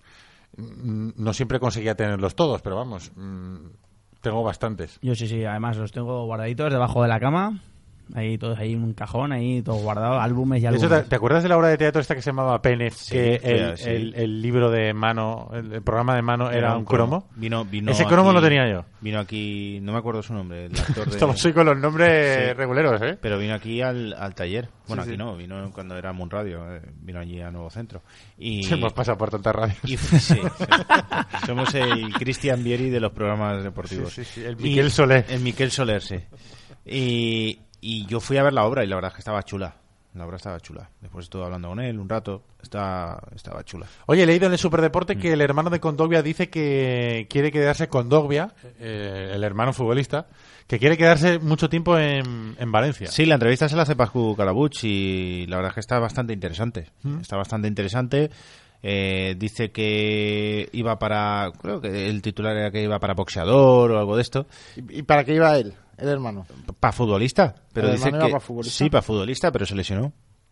[SPEAKER 2] Mm, No siempre conseguía tenerlos todos, pero vamos, mm, tengo bastantes.
[SPEAKER 5] Yo sí, sí, además los tengo guardaditos debajo de la cama. Ahí todos, ahí en un cajón, ahí todos guardados, álbumes y
[SPEAKER 2] De hecho,
[SPEAKER 5] álbumes.
[SPEAKER 2] ¿te, te acuerdas de la obra de teatro esta que se llamaba Pene? que el,
[SPEAKER 4] sí.
[SPEAKER 2] el- el libro de mano, el, el programa de mano era, un cromo.
[SPEAKER 4] Vino, vino
[SPEAKER 2] Ese cromo
[SPEAKER 4] aquí-
[SPEAKER 2] lo tenía yo.
[SPEAKER 4] Vino aquí, no me acuerdo su nombre, el actor de-
[SPEAKER 2] Estamos hoy con los nombres
[SPEAKER 4] Sí.
[SPEAKER 2] reguleros, ¿eh?
[SPEAKER 4] Pero vino aquí al, al taller. Bueno, aquí no, vino cuando era Moon Radio, eh, vino allí a Nuevo Centro. Y,
[SPEAKER 2] Sí, pues Hemos pasado por tantas radios.
[SPEAKER 4] y- sí, sí. somos el Cristian Vieri de los programas deportivos.
[SPEAKER 2] El
[SPEAKER 4] Y-
[SPEAKER 2] Miquel Soler.
[SPEAKER 4] El Miquel Soler, sí. Y, y yo fui a ver la obra y la verdad es que estaba chula. La obra estaba chula. Después estuve hablando con él un rato. Está, estaba chula.
[SPEAKER 2] Oye, he leído en el Superdeporte que el hermano de Condogbia dice que quiere quedarse con Dogbia, eh, el hermano futbolista, que quiere quedarse mucho tiempo en, en Valencia.
[SPEAKER 4] Sí, la entrevista se la hace Pascu Calabuch y la verdad es que está bastante interesante. Está bastante interesante. Eh, dice que iba para. Creo que el titular era que iba para boxeador o algo de esto.
[SPEAKER 3] ¿Y, y para qué iba él, el hermano?
[SPEAKER 4] Para futbolista. Pero
[SPEAKER 3] ¿El
[SPEAKER 4] dice
[SPEAKER 3] hermano iba
[SPEAKER 4] que.
[SPEAKER 3] pa' futbolista?
[SPEAKER 4] Sí, para futbolista, pero se lesionó.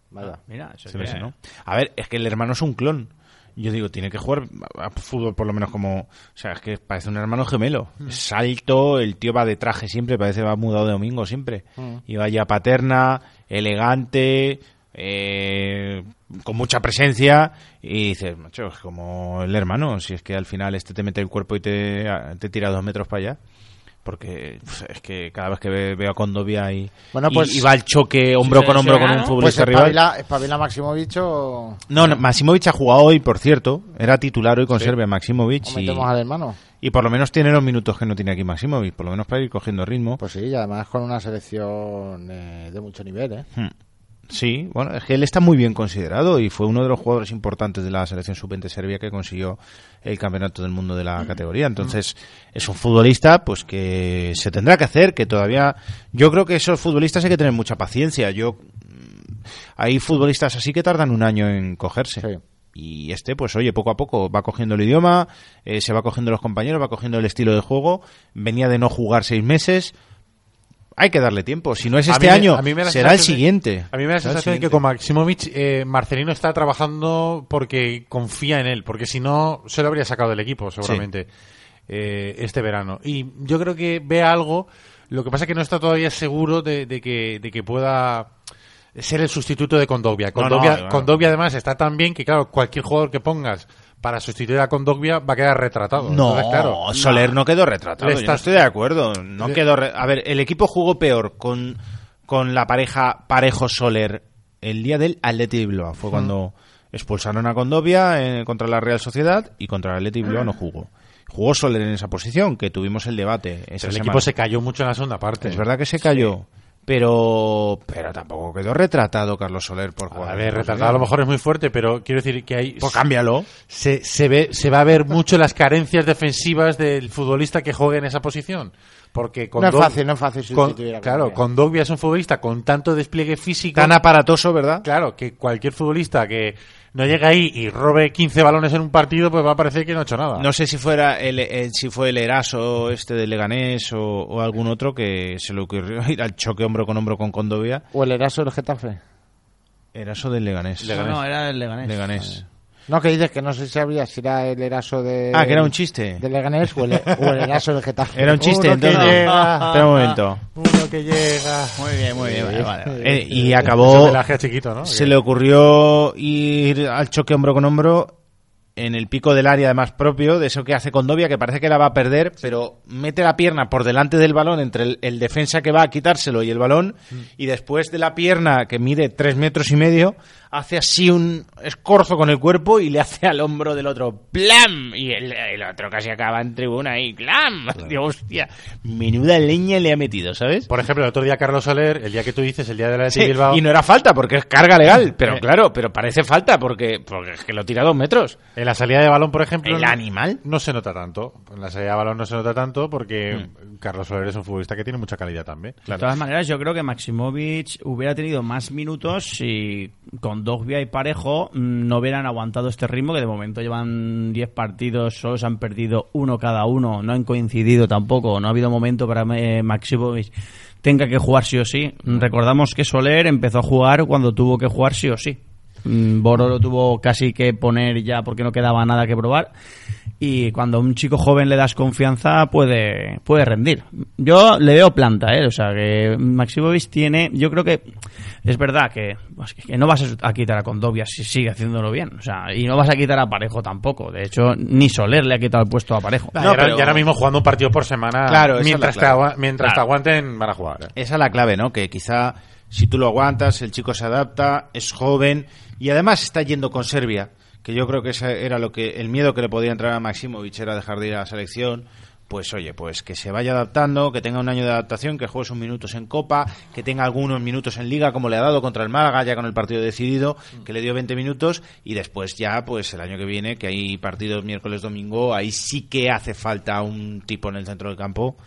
[SPEAKER 4] Ah,
[SPEAKER 3] Vaya.
[SPEAKER 5] Mira, eso
[SPEAKER 4] Se
[SPEAKER 5] que-
[SPEAKER 4] lesionó. A ver, es que el hermano es un clon. Yo digo, tiene que jugar a a fútbol por lo menos como... O sea, es que parece un hermano gemelo.
[SPEAKER 3] Mm.
[SPEAKER 4] Es alto, el tío va de traje siempre, parece que va mudado de domingo siempre.
[SPEAKER 3] Mm.
[SPEAKER 4] Y va ya paterna, elegante, eh, con mucha presencia. Y dices, macho, es como el hermano. Si es que al final este te mete el cuerpo y te, te tira dos metros para allá. Porque o sea, es que cada vez que ve- veo a Condovia y,
[SPEAKER 3] Bueno,
[SPEAKER 4] y-
[SPEAKER 3] pues-
[SPEAKER 4] y va al choque hombro
[SPEAKER 5] se
[SPEAKER 4] con hombro con
[SPEAKER 5] lesiona,
[SPEAKER 4] un
[SPEAKER 5] ¿no?
[SPEAKER 3] Pues
[SPEAKER 4] futbolista rival.
[SPEAKER 3] espabila, espabila Maximovich o...
[SPEAKER 4] No, no, Maximovic ha jugado hoy, por cierto. Era titular hoy con Serbia, Maximovic.
[SPEAKER 3] o
[SPEAKER 4] Y,
[SPEAKER 3] metemos al hermano.
[SPEAKER 4] y por lo menos tiene los minutos que no tiene aquí Maximovic, por lo menos para ir cogiendo ritmo.
[SPEAKER 3] Pues sí, y además con una selección eh, de mucho nivel, ¿eh?
[SPEAKER 4] Hmm. Sí, bueno, es que él está muy bien considerado y fue uno de los jugadores importantes de la selección sub-20 de Serbia que consiguió el campeonato del mundo de la
[SPEAKER 3] Mm.
[SPEAKER 4] categoría. Entonces, es un futbolista pues que se tendrá que hacer, que todavía yo creo que esos futbolistas hay que tener mucha paciencia. Yo mm, hay futbolistas así que tardan un año en cogerse.
[SPEAKER 3] Sí.
[SPEAKER 4] Y este, pues oye, poco a poco va cogiendo el idioma, eh, se va cogiendo los compañeros, va cogiendo el estilo de juego. Venía de no jugar seis meses. Hay que darle tiempo. Si no es
[SPEAKER 2] A
[SPEAKER 4] este
[SPEAKER 2] mí me-
[SPEAKER 4] año,
[SPEAKER 2] a mí me da la
[SPEAKER 4] será el
[SPEAKER 2] sensación de-
[SPEAKER 4] siguiente.
[SPEAKER 2] A mí me da la
[SPEAKER 4] Será el
[SPEAKER 2] sensación de que
[SPEAKER 4] siguiente.
[SPEAKER 2] con Maximovic eh, Marcelino está trabajando porque confía en él, porque si no se lo habría sacado del equipo seguramente eh, este verano. Y yo creo que ve algo, lo que pasa es que no está todavía seguro de, de que, de que pueda ser el sustituto de Condovia.
[SPEAKER 4] No, no,
[SPEAKER 2] Condovia,
[SPEAKER 4] claro.
[SPEAKER 2] Condovia, además está tan bien que claro, cualquier jugador que pongas para sustituir a Condovia va a quedar retratado. Entonces, claro,
[SPEAKER 4] Soler no quedó retratado.
[SPEAKER 2] Le
[SPEAKER 4] yo no
[SPEAKER 2] estás-
[SPEAKER 4] estoy de acuerdo. No
[SPEAKER 2] Le-
[SPEAKER 4] quedó re- A ver, el equipo jugó peor con, con la pareja Parejo-Soler el día del Atleti de Bilbao. Fue cuando expulsaron a Condovia eh, contra la Real Sociedad y contra el Atleti de Bilbao no
[SPEAKER 2] Ah.
[SPEAKER 4] jugó. Jugó Soler en esa posición, que tuvimos el debate. Esa
[SPEAKER 2] el
[SPEAKER 4] semana.
[SPEAKER 2] equipo se cayó mucho en la segunda parte.
[SPEAKER 4] Es verdad que se cayó. Pero, pero tampoco quedó retratado Carlos Soler por jugar.
[SPEAKER 2] A ver, retratado a lo mejor es muy fuerte, pero quiero decir que hay
[SPEAKER 4] Pues cámbialo.
[SPEAKER 2] se, se, ve, se va a ver mucho las carencias defensivas del futbolista que juegue en esa posición. Porque con
[SPEAKER 3] No es
[SPEAKER 2] Dog-
[SPEAKER 3] fácil, no es fácil
[SPEAKER 2] con-
[SPEAKER 3] sustituir a
[SPEAKER 2] Claro,
[SPEAKER 3] Condovia.
[SPEAKER 2] con Dogbia es un futbolista con tanto despliegue físico.
[SPEAKER 4] Tan aparatoso, ¿verdad?
[SPEAKER 2] Claro, que cualquier futbolista que no llegue ahí y robe 15 balones en un partido, pues va a parecer que no ha hecho
[SPEAKER 3] Ah.
[SPEAKER 2] nada.
[SPEAKER 4] No sé si fuera el, el- si fue el Eraso este de Leganés o, o algún otro que se le ocurrió ir al choque hombro con hombro con Condovia.
[SPEAKER 3] O el Eraso del Getafe.
[SPEAKER 4] Eraso del Leganés.
[SPEAKER 5] No, no, era el Leganés.
[SPEAKER 4] Leganés.
[SPEAKER 3] No, que dices que no sé si sabía si era el eraso de.
[SPEAKER 4] Ah, que era un chiste.
[SPEAKER 3] De Leganés o el, o el eraso del Getafe.
[SPEAKER 4] Era un chiste,
[SPEAKER 3] Uno que
[SPEAKER 4] entonces.
[SPEAKER 3] llega,
[SPEAKER 4] Espera un momento.
[SPEAKER 3] uno que llega.
[SPEAKER 4] Muy bien, muy bien.
[SPEAKER 3] vale.
[SPEAKER 4] Eh, y
[SPEAKER 2] Es
[SPEAKER 4] acabó.
[SPEAKER 2] el aje chiquito, ¿no?
[SPEAKER 4] Se le ocurrió ir al choque hombro con hombro en el pico del área, además propio, de eso que hace Condovia, que parece que la va a perder, pero mete la pierna por delante del balón entre el, el defensa que va a quitárselo y el balón, y después de la pierna que mide tres metros y medio, hace así un escorzo con el cuerpo y le hace al hombro del otro ¡plam! Y el, el otro casi acaba en tribuna y ¡clam! Digo, hostia, menuda leña le ha metido, ¿sabes?
[SPEAKER 2] Por ejemplo, el otro día Carlos Soler, el día que tú dices, el día de la de
[SPEAKER 4] Sí,
[SPEAKER 2] Bilbao,
[SPEAKER 4] y no era falta porque es carga legal, pero claro, pero parece falta porque, porque es que lo tira dos metros.
[SPEAKER 2] en la salida de balón, por ejemplo,
[SPEAKER 4] ¿El
[SPEAKER 2] no-
[SPEAKER 4] animal?
[SPEAKER 2] no se nota tanto. En la salida de balón no se nota tanto porque Carlos Soler es un futbolista que tiene mucha calidad también.
[SPEAKER 5] De todas maneras, yo creo que Maximovic hubiera tenido más minutos si con Dogbia y Parejo mm, no hubieran aguantado este ritmo, que de momento llevan 10 partidos, solo se han perdido uno cada uno, no han coincidido tampoco, no ha habido momento para eh, Maximovic tenga que jugar sí o sí. Recordamos que Soler empezó a jugar cuando tuvo que jugar sí o sí. Mm, Boro lo tuvo casi que poner ya porque no quedaba nada que probar. Y cuando a un chico joven le das confianza, puede, puede rendir. Yo le veo planta, ¿eh? O sea, que Maximovic tiene. Yo creo que es verdad que, pues, que no vas a quitar a Condovia si sigue haciéndolo bien. O sea, y no vas a quitar a Parejo tampoco. De hecho, ni Soler le ha quitado el puesto a Parejo.
[SPEAKER 2] Y ahora, y ahora mismo jugando un partido por semana,
[SPEAKER 4] Claro, esa es
[SPEAKER 2] mientras,
[SPEAKER 4] la
[SPEAKER 2] te,
[SPEAKER 4] clave.
[SPEAKER 2] agua- mientras te aguanten, van a jugar. ¿eh?
[SPEAKER 4] Esa es la clave, ¿no? Que quizá si tú lo aguantas, el chico se adapta, es joven y además está yendo con Serbia, que yo creo que ese era lo que el miedo que le podía entrar a Maximovic era dejar de ir a la selección. Pues oye, pues que se vaya adaptando, que tenga un año de adaptación, que juegue sus minutos en Copa, que tenga algunos minutos en Liga, como le ha dado contra el Málaga, ya con el partido decidido, que le dio 20 minutos, y después ya, pues el año que viene, que hay partidos miércoles, domingo, ahí sí que hace falta un tipo en el centro del campo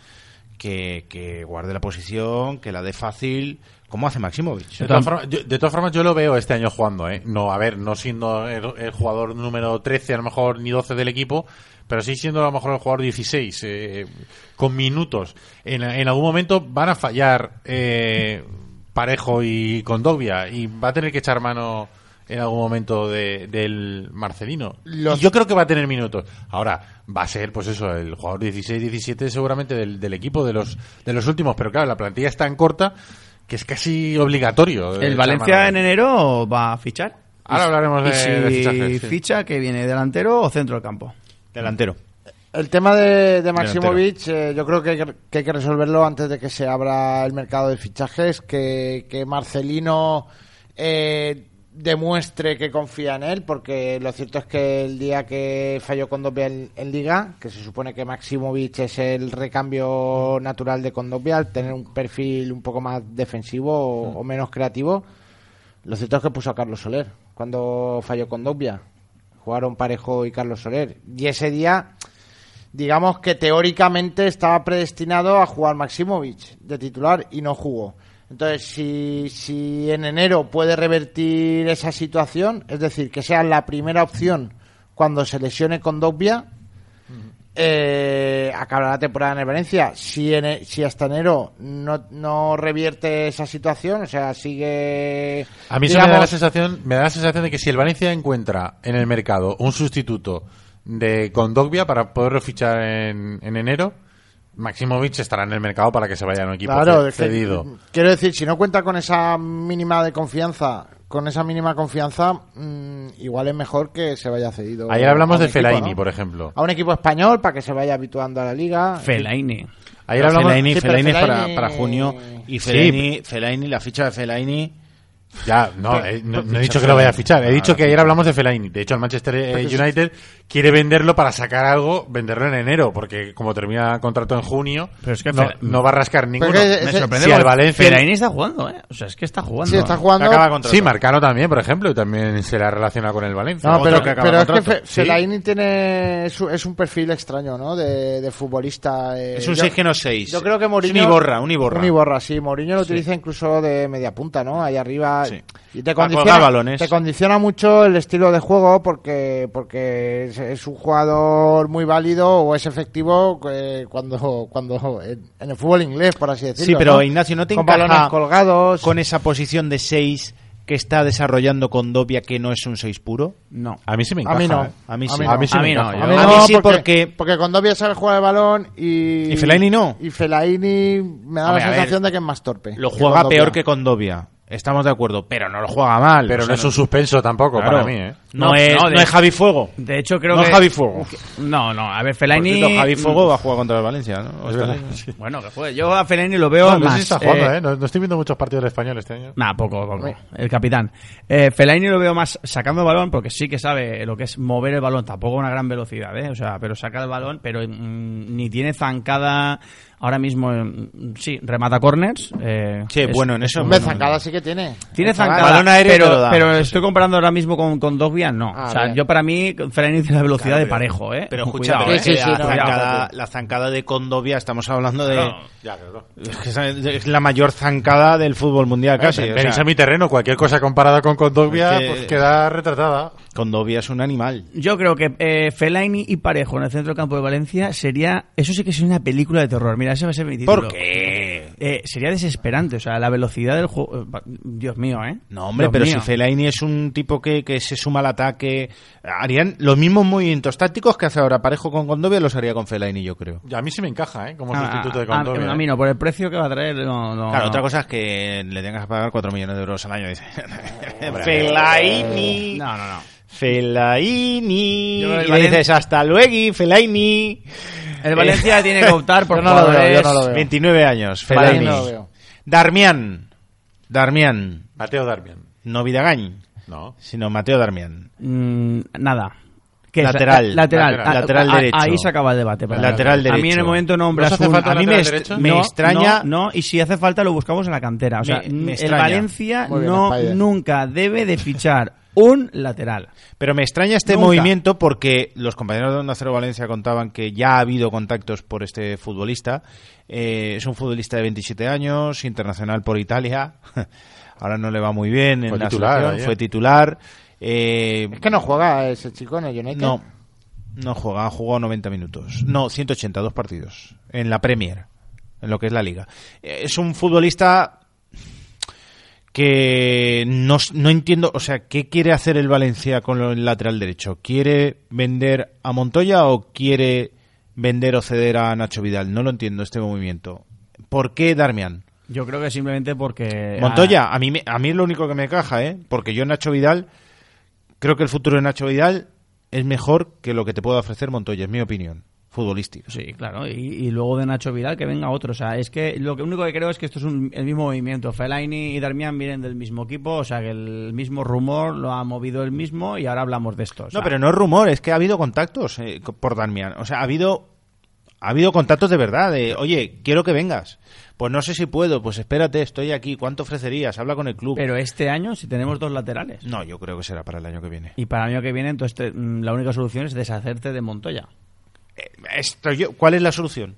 [SPEAKER 4] que, que guarde la posición, que la dé fácil, como hace Maximovic.
[SPEAKER 2] De todas, formas, yo, de todas formas, yo lo veo este año jugando, ¿eh? No, a ver, no siendo el, el jugador número 13, a lo mejor, ni 12 del equipo, pero sí siendo a lo mejor el jugador 16, eh, con minutos. En, en algún momento van a fallar eh, Parejo y Condovia, y va a tener que echar mano en algún momento de- del Marcelino. Y yo creo que va a tener minutos. Ahora, va a ser, pues eso, el jugador 16-17 seguramente del, del equipo de los, de los últimos, pero claro, la plantilla es tan corta que es casi obligatorio.
[SPEAKER 5] El
[SPEAKER 2] echar
[SPEAKER 5] Valencia
[SPEAKER 2] mano.
[SPEAKER 5] en enero va a fichar.
[SPEAKER 2] Ahora
[SPEAKER 5] Y-
[SPEAKER 2] hablaremos
[SPEAKER 5] y
[SPEAKER 2] de-
[SPEAKER 5] si
[SPEAKER 2] de fichajes, sí.
[SPEAKER 5] ficha, que viene delantero o centro del campo.
[SPEAKER 4] Delantero.
[SPEAKER 3] El tema de, de Maximovic, eh, yo creo que, hay que- que hay que resolverlo antes de que se abra el mercado de fichajes, que, que Marcelino eh, demuestre que confía en él, porque lo cierto es que el día que falló Condopia en, en Liga, que se supone que Maximovic es el recambio natural de Condopia, al tener un perfil un poco más defensivo o- o menos creativo, lo cierto es que puso a Carlos Soler cuando falló con Dobia. Jugaron Parejo y Carlos Soler. Y ese día, digamos que teóricamente estaba predestinado a jugar Maximovic de titular y no jugó. Entonces, si, si en enero puede revertir esa situación, es decir, que sea la primera opción cuando se lesione con Dobia, eh, acabará la temporada en el Valencia. Si, en, e, si hasta enero no, no revierte esa situación, o sea, sigue.
[SPEAKER 2] A mí se me
[SPEAKER 3] digamos,
[SPEAKER 2] da la sensación, me da la sensación de que si el Valencia encuentra en el mercado un sustituto de Kondogbia para poderlo fichar en, en enero, Maximovic estará en el mercado para que se vaya a un equipo
[SPEAKER 3] Claro,
[SPEAKER 2] ce-
[SPEAKER 3] es que,
[SPEAKER 2] cedido.
[SPEAKER 3] quiero decir, si no cuenta con esa mínima de confianza, con esa mínima confianza, mm, igual es mejor que se vaya cedido.
[SPEAKER 2] Ayer hablamos
[SPEAKER 3] a un
[SPEAKER 2] de Fellaini,
[SPEAKER 3] ¿no?
[SPEAKER 2] por ejemplo.
[SPEAKER 3] A un equipo español para que se vaya habituando a la liga.
[SPEAKER 5] Fellaini.
[SPEAKER 2] Ayer
[SPEAKER 4] Pero
[SPEAKER 2] hablamos,
[SPEAKER 4] Fellaini,
[SPEAKER 3] Sí, pero
[SPEAKER 4] Fellaini es para,
[SPEAKER 3] Fellaini-
[SPEAKER 4] para junio. Y
[SPEAKER 2] Sí, Eh,
[SPEAKER 4] Fellaini, Fellaini, la ficha de Fellaini.
[SPEAKER 2] Ya, no, eh, no, no he dicho
[SPEAKER 4] ficha
[SPEAKER 2] que lo vaya a
[SPEAKER 4] Fellaini.
[SPEAKER 2] fichar. He
[SPEAKER 4] Ah,
[SPEAKER 2] dicho que
[SPEAKER 4] lo
[SPEAKER 2] ayer hablamos de Fellaini. De hecho, el Manchester eh, United quiere venderlo para sacar algo, venderlo en enero, porque como termina contrato en junio,
[SPEAKER 5] Pero es que
[SPEAKER 2] no,
[SPEAKER 5] Fell-
[SPEAKER 2] no va a rascar ninguno.
[SPEAKER 3] que es-
[SPEAKER 5] Me
[SPEAKER 3] Ese-
[SPEAKER 5] sorprende
[SPEAKER 2] si al
[SPEAKER 5] porque
[SPEAKER 2] Valencia-
[SPEAKER 5] Fellaini está jugando, ¿eh? O sea, es que está jugando.
[SPEAKER 3] Sí, está
[SPEAKER 5] ¿eh?
[SPEAKER 3] jugando.
[SPEAKER 4] Acaba contrato.
[SPEAKER 2] Sí, Marcano también, por ejemplo, y también será relacionado con el Valencia.
[SPEAKER 3] No,
[SPEAKER 4] Otro
[SPEAKER 3] pero,
[SPEAKER 4] que acaba
[SPEAKER 3] pero es que
[SPEAKER 4] contrato.
[SPEAKER 3] Fe-
[SPEAKER 2] Sí.
[SPEAKER 3] Fellaini tiene es un- es un perfil extraño, ¿no? De, de futbolista. eh,
[SPEAKER 4] Es un
[SPEAKER 3] yo-
[SPEAKER 4] 6 que no 6.
[SPEAKER 3] Yo creo que Mourinho...
[SPEAKER 4] Un Iborra, un Iborra.
[SPEAKER 3] Un Iborra, sí. Mourinho lo utiliza incluso de media punta, ¿no? Ahí arriba.
[SPEAKER 4] Sí.
[SPEAKER 3] Y te
[SPEAKER 4] Para
[SPEAKER 3] condiciona,
[SPEAKER 4] colgar balones.
[SPEAKER 3] te condiciona mucho el estilo de juego porque, porque es, es un jugador muy válido o es efectivo eh, cuando, cuando en, en el fútbol inglés, por así decirlo.
[SPEAKER 4] Sí, pero
[SPEAKER 3] ¿no?
[SPEAKER 4] Ignacio, ¿no te
[SPEAKER 3] Con
[SPEAKER 4] encaja
[SPEAKER 3] balones colgados.
[SPEAKER 4] Con esa posición de 6 que está desarrollando Condovia que no es un 6 puro?
[SPEAKER 5] No.
[SPEAKER 2] A mí sí me
[SPEAKER 3] A
[SPEAKER 2] encaja.
[SPEAKER 3] mí no.
[SPEAKER 2] ¿eh?
[SPEAKER 4] A mí sí.
[SPEAKER 3] no.
[SPEAKER 2] A mí sí
[SPEAKER 5] A
[SPEAKER 2] me
[SPEAKER 5] mí no,
[SPEAKER 2] encaja.
[SPEAKER 5] yo-
[SPEAKER 3] A mí
[SPEAKER 4] A
[SPEAKER 3] no,
[SPEAKER 4] mí sí, porque-
[SPEAKER 3] Porque Condovia sabe jugar al balón y...
[SPEAKER 4] Y Fellaini no.
[SPEAKER 3] Y Fellaini me da
[SPEAKER 4] Hombre,
[SPEAKER 3] la
[SPEAKER 4] a ver,
[SPEAKER 3] sensación de que es más torpe.
[SPEAKER 4] Lo
[SPEAKER 3] que
[SPEAKER 4] juega
[SPEAKER 3] Condovia.
[SPEAKER 4] peor que Condovia. Estamos de acuerdo, pero no lo juega mal.
[SPEAKER 2] Pero
[SPEAKER 4] O
[SPEAKER 2] no
[SPEAKER 4] sea,
[SPEAKER 2] es un suspenso tampoco para
[SPEAKER 4] claro.
[SPEAKER 2] mí, ¿eh?
[SPEAKER 4] No,
[SPEAKER 5] No,
[SPEAKER 4] es,
[SPEAKER 5] no, de-
[SPEAKER 4] no es Javi Fuego.
[SPEAKER 5] De hecho, creo
[SPEAKER 4] No
[SPEAKER 5] que.
[SPEAKER 4] es Javi Fuego.
[SPEAKER 5] que- No, no, a ver,
[SPEAKER 4] Por
[SPEAKER 5] Fellaini. mm.
[SPEAKER 4] cierto, Javi Fuego va a jugar contra el Valencia, ¿no? O está-
[SPEAKER 5] Bueno, que juegue. Yo a Fellaini lo veo
[SPEAKER 2] No, no sé
[SPEAKER 5] más.
[SPEAKER 2] si está jugando,
[SPEAKER 5] eh,
[SPEAKER 2] ¿eh? No, no estoy viendo muchos partidos del español este año.
[SPEAKER 5] Nah, poco, poco. El capitán. Eh, Fellaini lo veo más sacando el balón porque sí que sabe lo que es mover el balón. Tampoco a una gran velocidad, ¿eh? O sea, pero saca el balón, pero mm, ni tiene zancada. Ahora mismo, mm, sí, remata corners. Eh,
[SPEAKER 4] Che,
[SPEAKER 5] es-
[SPEAKER 4] bueno, en eso.
[SPEAKER 3] Hombre,
[SPEAKER 4] bueno,
[SPEAKER 3] zancada sí que tiene.
[SPEAKER 5] Tiene zancada,
[SPEAKER 4] Balón aéreo te lo
[SPEAKER 5] pero,
[SPEAKER 4] da.
[SPEAKER 5] pero estoy comparando ahora mismo con, con Dogbia, no.
[SPEAKER 3] Ah,
[SPEAKER 5] o sea,
[SPEAKER 3] bien.
[SPEAKER 5] yo para mí, Fellaini tiene la velocidad de parejo, ¿eh?
[SPEAKER 4] Pero
[SPEAKER 5] Con
[SPEAKER 4] escucha,
[SPEAKER 5] cuidado,
[SPEAKER 4] pero
[SPEAKER 5] ¿eh?
[SPEAKER 4] es que
[SPEAKER 3] Sí, sí,
[SPEAKER 4] la,
[SPEAKER 3] sí, no,
[SPEAKER 4] zancada,
[SPEAKER 3] cuidado.
[SPEAKER 4] la zancada de Condovia, estamos hablando de. Es que esa es la mayor zancada del fútbol mundial casi. o
[SPEAKER 2] Venís
[SPEAKER 4] sea,
[SPEAKER 2] a mi terreno, cualquier cosa comparada con Condovia
[SPEAKER 4] Es que-
[SPEAKER 2] pues queda retratada.
[SPEAKER 4] Condovia es un animal.
[SPEAKER 5] Yo creo que eh, Fellaini y Parejo en el centro del campo de Valencia sería. Eso sí que sería una película de terror. Mira, ese va a ser mi título.
[SPEAKER 4] ¿Por qué?
[SPEAKER 5] Eh, sería desesperante, o sea, la velocidad del juego. eh, va- Dios mío, ¿eh?
[SPEAKER 4] No, hombre,
[SPEAKER 5] Dios
[SPEAKER 4] pero
[SPEAKER 5] mío.
[SPEAKER 4] si Fellaini es un tipo que, que se suma al ataque, harían los mismos movimientos tácticos que hace ahora Parejo con Condovia, los haría con Fellaini, yo creo.
[SPEAKER 2] Y a mí sí me encaja, ¿eh? Como
[SPEAKER 5] Ah,
[SPEAKER 2] sustituto de
[SPEAKER 5] a-
[SPEAKER 2] Condovia.
[SPEAKER 5] A,
[SPEAKER 2] ¿eh?
[SPEAKER 5] mí no, por el precio que va a traer. No, no,
[SPEAKER 4] Claro,
[SPEAKER 5] no.
[SPEAKER 4] otra cosa es que le tengas que pagar 4 millones de euros al año, dice.
[SPEAKER 5] No,
[SPEAKER 4] Fellaini.
[SPEAKER 5] no, no.
[SPEAKER 4] Felaini.
[SPEAKER 5] Yo creo que el
[SPEAKER 4] Y le
[SPEAKER 5] Valen-
[SPEAKER 4] dices, hasta luego, Felaini.
[SPEAKER 5] El Valencia tiene que optar por
[SPEAKER 3] Yo no lo veo, yo
[SPEAKER 5] jugadores.
[SPEAKER 3] no lo veo.
[SPEAKER 4] 29 años,
[SPEAKER 3] Fellaini
[SPEAKER 4] Felaini.
[SPEAKER 3] no lo veo.
[SPEAKER 4] Darmian. Darmian.
[SPEAKER 2] Mateo Darmian.
[SPEAKER 4] No Vidagañ,
[SPEAKER 2] No.
[SPEAKER 4] sino Mateo Darmian.
[SPEAKER 5] Mm, nada. ¿Qué es?
[SPEAKER 4] Lateral.
[SPEAKER 5] La- lateral.
[SPEAKER 4] Lateral.
[SPEAKER 5] A-
[SPEAKER 4] Lateral
[SPEAKER 5] a-
[SPEAKER 4] derecho.
[SPEAKER 5] Ahí se acaba el debate. para mí.
[SPEAKER 4] Lateral
[SPEAKER 5] A mí en
[SPEAKER 4] derecho.
[SPEAKER 5] el momento nombras
[SPEAKER 2] ¿No hace
[SPEAKER 5] un-
[SPEAKER 2] falta
[SPEAKER 5] a mí
[SPEAKER 2] lateral
[SPEAKER 5] est-
[SPEAKER 2] derecho?
[SPEAKER 4] Me extraña-
[SPEAKER 5] No, no, y si hace falta lo buscamos en la cantera. O sea,
[SPEAKER 4] Me- me
[SPEAKER 5] n- el
[SPEAKER 4] extraña.
[SPEAKER 5] Valencia
[SPEAKER 3] Muy bien,
[SPEAKER 5] no,
[SPEAKER 3] Spider.
[SPEAKER 5] nunca debe de fichar un lateral.
[SPEAKER 4] Pero me extraña este
[SPEAKER 5] Nunca.
[SPEAKER 4] movimiento porque los compañeros de Onda Cero Valencia contaban que ya ha habido contactos por este futbolista. Eh, es un futbolista de 27 años, internacional por Italia. Ahora no le va muy bien en
[SPEAKER 2] Fue
[SPEAKER 4] la
[SPEAKER 2] titular
[SPEAKER 4] selección,
[SPEAKER 2] ayer.
[SPEAKER 4] fue titular. Eh,
[SPEAKER 3] Es que no juega ese chico en el United.
[SPEAKER 4] no, no juega, ha jugado 90 minutos. No, 180, dos partidos. En la Premier, en lo que es la liga. Eh, Es un futbolista que no, s- no entiendo, o sea, ¿qué quiere hacer el Valencia con lo- el lateral derecho? ¿Quiere vender a Montoya o quiere vender o ceder a Nacho Vidal? No lo entiendo este movimiento. ¿Por qué Darmian?
[SPEAKER 5] Yo creo que simplemente porque...
[SPEAKER 4] Eh, Montoya, a mí, me- a mí es lo único que me caja, ¿eh? Porque yo, Nacho Vidal, creo que el futuro de Nacho Vidal es mejor que lo que te puede ofrecer Montoya, es mi opinión, futbolística.
[SPEAKER 5] Sí, claro. Y, y luego de Nacho Vidal que venga otro. O sea, es que lo que único que creo es que esto es un- el mismo movimiento. Fellaini y Darmian vienen del mismo equipo. O sea, que el mismo rumor lo ha movido el mismo y ahora hablamos de esto. o sea.
[SPEAKER 4] No, pero no es rumor, es que ha habido contactos eh, co- por Darmian. O sea, ha habido, ha habido contactos de verdad, de, oye, quiero que vengas. Pues no sé si puedo, pues espérate, estoy aquí, ¿cuánto ofrecerías? Habla con el club.
[SPEAKER 5] Pero este año si tenemos dos laterales.
[SPEAKER 4] No, yo creo que será para el año que viene.
[SPEAKER 5] Y para el año que viene, entonces te- mm, la única solución es deshacerte de Montoya.
[SPEAKER 4] Eh, esto yo- ¿Cuál es la solución?